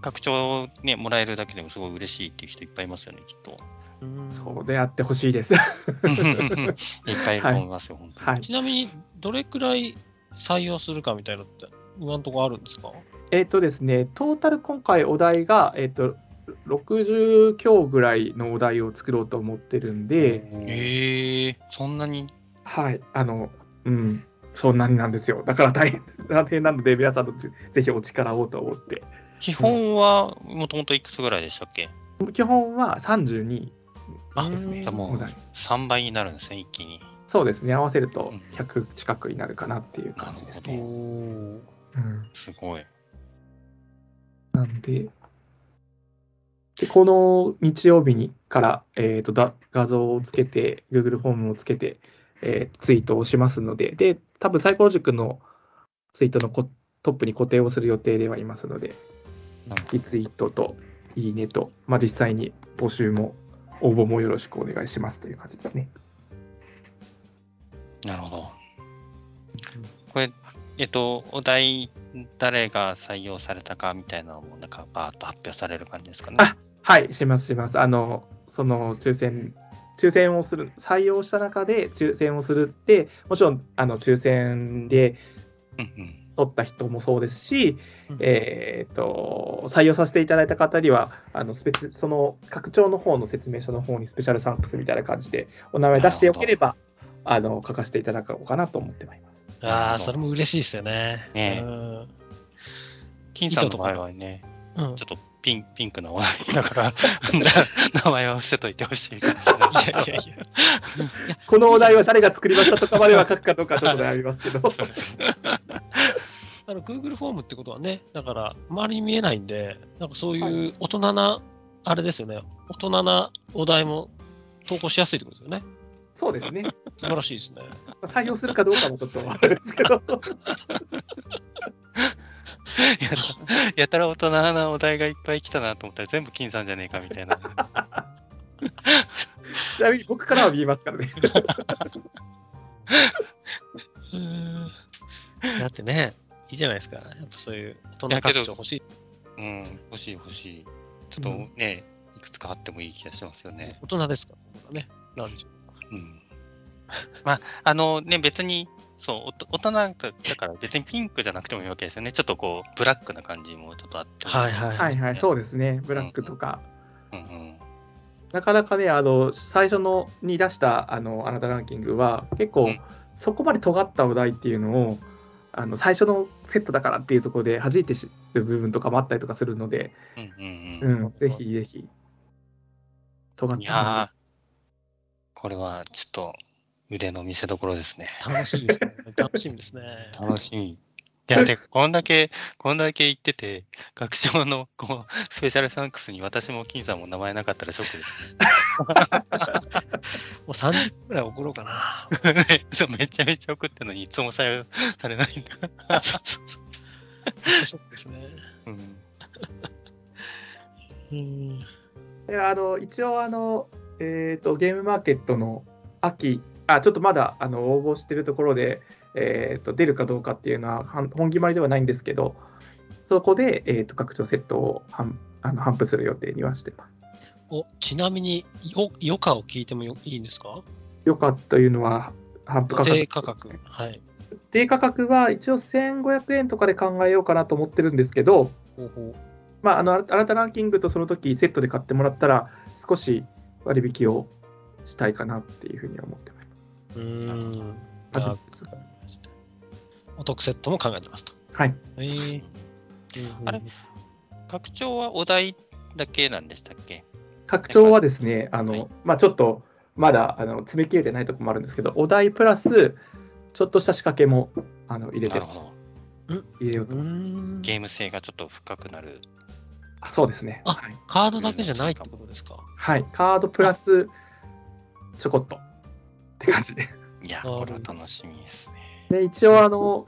拡張、ね、もらえるだけでもすごい嬉しいっていう人いっぱいいますよね、きっ と。
うん
そうであってほしいです。
いっぱいいると思いますよ、本当に。
はい、
ちなみに、どれくらい採用するかみたいなのって、今んとこあるんですか
えっ、とですね、トータル今回お題が、えっ、と、60強ぐらいのお題を作ろうと思ってるんで、
えー、そんなに。
はい、あの、うん、そんなになんですよ。だから大変、大変 なので、皆さんとぜぜひお力をと思って。
基本はもともといくつぐらいでしたっけ、
基本は32
あ
ですね、
じゃあも
お
う
題。
3倍になるんですね、一気に。
そうですね、合わせると
うん
100近くになるかなっていう感じです
なる
ね。
お
うん
すごい。
なんで、でこの日曜日にから、えー、とだ画像をつけて、Google フォームをつけて、えーツイートをしますので、で、多分サイコロ塾のツイートのこトップに固定をする予定ではいますので
なるほ、
リツイートといいねと、まあ、実際に募集も応募もよろしくお願いしますという感じですね。
なるほど。これ、えっと、お題、誰が採用されたかみたいなのも、なんか、バーッと発表される感じですかね。
あはい、しますします。あの、その抽選、抽選をする、採用した中で抽選をするって、もちろん、あの、抽選で、
うんうん。
取った人もそうですし、
うん
えー、と採用させていただいた方にはあのスペその拡張の方の説明書の方にスペシャルサンプスみたいな感じでお名前出してよければあの書かせていただこうかなと思ってまいります。
ああ、それも嬉しいですよね。
ねえ
うん
金さんの場合はね、
うん
ちょっとピンピンクな話題だから、名前は伏せといてほしい かもしれない
いやいやいや。
このお題は誰が作りましたとかまでは書くかどうかちょっと悩みますけど
あの Google フォームってことはね、だから周りに見えないんで、なんかそういう大人な、あれですよね、大人なお題も投稿しやすいってことですよね。
そうですね
素晴らしいですね。
採用するかどうかもちょっとあれですけど
やたやたら大人なお題がいっぱい来たなと思ったら全部金さんじゃねえかみたい な。
ちなみに僕からは見えますからね。
だってね、いいじゃないですか。やっぱそういう大人拡張欲しい。
うん、欲しい欲しい。ちょっとね、いくつかあってもいい気がしますよね。
大人ですからね。ランチ
うん。 まあ、あのね、別に、そう、おと大人だだから別にピンクじゃなくてもいいわけですよね。ちょっとこう、ブラックな感じもちょっとあっても。
はいはい
はいはい、そうですね。ブラックとか。
うんうん。
なかなかね、あの、最初のに出した、あの、あなたランキングは、結
う
構
ん、
そこまで尖ったお題っていうのを、あの、最初のセットだからっていうところで弾いてしる部分とかもあったりとかするので、
うんうんうん。
うん、ぜひぜひ、尖っ
い
た
やーこれはちょっと腕の見せ所ですね。
楽しいですね。楽しみですね。
楽しい。いや、てかこんだけ、こんだけ言ってて、学長のこうスペシャルサンクスに私も金さんも名前なかったらショックです。
もう30分くらい送ろうかな。
そうめちゃめちゃ送ってんのにいつも採用されないんだ。
そうそうそうショックですね。
うん、
うん。
いや、あの、一応、あの、えっ、と、ゲームマーケットの秋、あ、ちょっとまだ、あの、応募してるところで、えっ、と、出るかどうかっていうのは、はん本決まりではないんですけど、そこで、えっ、と、拡張セットを販あの販布する予定にはしてます。
おちなみに、よ余暇を聞いてもよいいんですか
よかというのは、販布価格。
定価格。。はい。
定価格は、一応1500円とかで考えようかなと思ってるんですけど、
方法。
まあ、あの、新新たランキングとその時、セットで買ってもらったら、少し割引をしたいかなっていうふうには思ってます。
うーん。じ
初
ゃ
め
あ
てですが
お得セットも考えてますと。
はい。
えー
あれ拡張はお題だけなんでしたっけ
拡張はですね、あ
はい
のまあ、ちょっとまだあの詰め切れてないところもあるんですけど、お題プラス、ちょっとした仕掛けもあの入れ
な
て
るほど。
入れよう
う
と。
ーん
ゲーム性がちょっと深くなる。
あそうですね、
あ
はい。
カードだけじゃないってことですか。
はい。カードプラス、ちょこっとって感じで。
い
な
や、
るほど
これは楽しみですね。
で一応あの、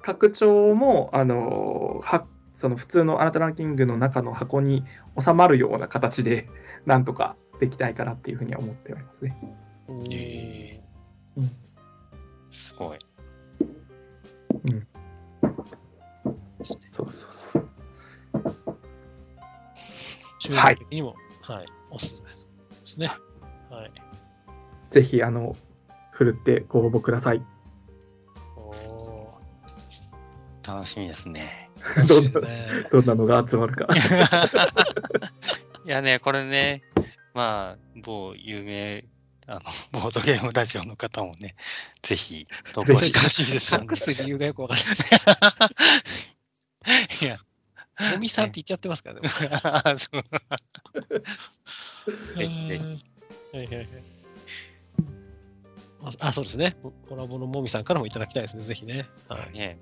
拡張もあのはその普通のあなたランキングの中の箱に収まるような形で、なんとかできたいかなっていうふうには思っておりますね。
え
うん
すごい。
そうそうそう。
収録的にも、はい、おすすめですね。はい。
ぜひ、あの、ふるってご応募ください。
お
楽しみです ね。
ー楽しいですね。
どんなのが集まるか。
いやね、これね、まあ、某有名あの ボードゲームラジオの方もね、ぜひ投稿してほしいですよ ね、
隠す理由がよくわからない
いや、
です。もみさんって言っちゃってますからね。
そうぜひぜひ
はいはいはい。ああ、そうですね。ココラボのもみさんからもいただきたいですね、ぜひね。はい。
ね、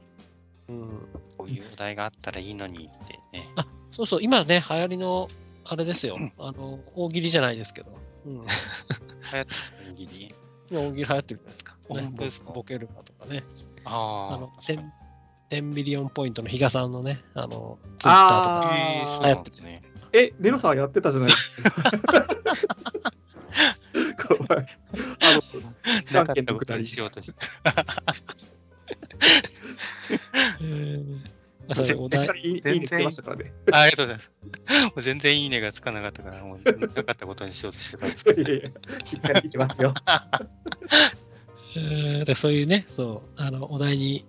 うん、
こういうお題があったらいいのにってね。
そうそう、今ね、流行りの、あれですよ、あの、大喜利じゃないですけど、うん、
流行ってますねギリ
今大喜利流行ってるじゃないですか。
本当ですか
ボケるかとかね。
あ
あ
あ
の
確かに
10、10ミリオンポイントの比嘉さんのね、あの、ツイッターとか。
あ
え
ー
ーそうなんですね。
え、ネロさんやってたじゃないですか。怖いあの、
なか
探
っ
検
た
の
こ
く
と
だ
に
り
し。ようとして。
あそれお題
めっちゃいい
全然
いいねつけましたからね。
あありがとうございます。も う全然いいねがつかなかったから、もうなかったことにしようとしてたんですけど
い。やいや しっかりいきますよ。
えーでそういうね、そう、あの、お題に、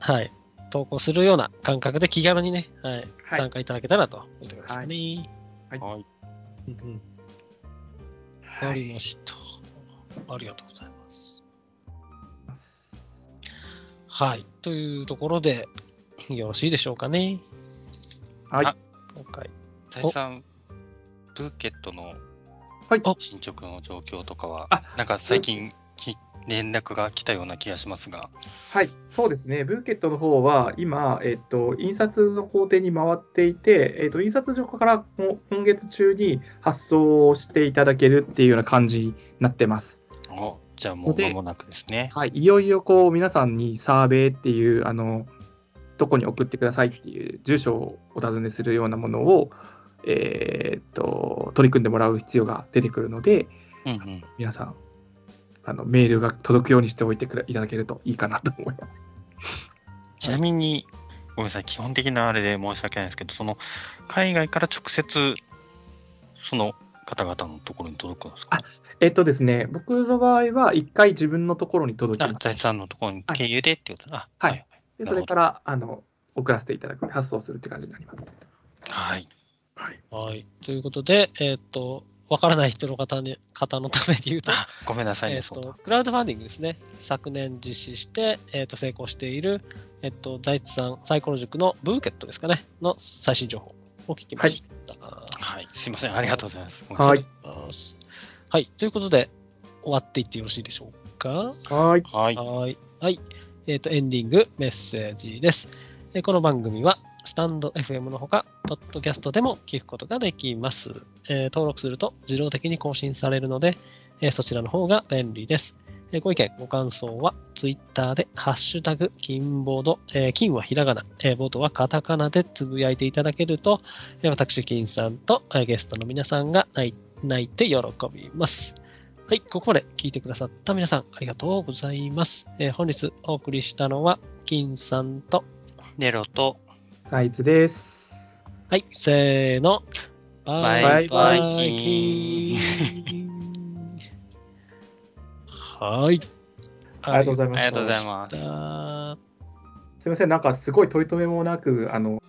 はい、投稿するような感覚で気軽にね、はい
はい
参加いただけたらと思ってくださいね。
はい。
うんうんわかりました。ありがとうございます。はい。というところで、よろしいでしょうかね。
はい
あ
今回。
大地さん、プーケットの
はい
あ
進捗の状況とかは、
あ
なんか最近き連絡が来たような気がしますが、
はい、そうですね、ブーケットの方は今、えっと、印刷の工程に回っていて、えっと、印刷所からも今月中に発送をしていただけるっていうような感じになってます。
おじゃあもう
で
間もなくですね。
はい、いよいよこう皆さんにサーベイっていうあの、どこに送ってくださいっていう住所をお尋ねするようなものを、えーっと取り組んでもらう必要が出てくるので、
うんうん。
皆さん、あのメールが届くようにしておいてくれいただけるといいかなと思います。
ちなみに、ごめんなさい、基本的なあれで申し訳ないですけど、その海外から直接、その方々のところに届くんですか、
えっとですね、僕の場合は、一回自分のところに届き
あ、
ます。
大地さんのところに
はい
経由でってことあ、
はい
はい。
でそれからあの送らせていただく、発送するって感じになります。
はい。
はい、
はい。ということで、えっ、と、わからない人の方に方のために言うと、
あ、ごめんなさい
え
ね、
っ
そうだ
と。クラウドファンディングですね、昨年実施して、えっと成功している、えっと大地さん、サイコロ塾のブーケットですかね、の最新情報を聞きました。
はい。すいません、ありがとうございます。ごめんなさ
はいい。
はい、ということで、終わっていってよろしいでしょうか。
はい。
はい。
はい。はい。えっ、と、エンディングメッセージです。えーこの番組は、スタンド FM のほか、ポッドキャストでも聞くことができます。えー登録すると自動的に更新されるので、えーそちらの方が便利です。えーご意見、ご感想は、Twitter で、ハッシュタグ、金ボード、えー金はひらがな、えーボードはカタカナでつぶやいていただけると、えー私、金さんと、えーゲストの皆さんが泣い泣いて喜びます。はい、ここまで聞いてくださった皆さん、ありがとうございます。えー本日お送りしたのは、金さんと、
ネロと、
サイズです。
はい、せーの、バ
バイバイ
キン。はい。
ありがとうござい
あ
ま
り
し
がと
た
うございます。
す。
すみません、なんかすごい取り留めもなく、あの、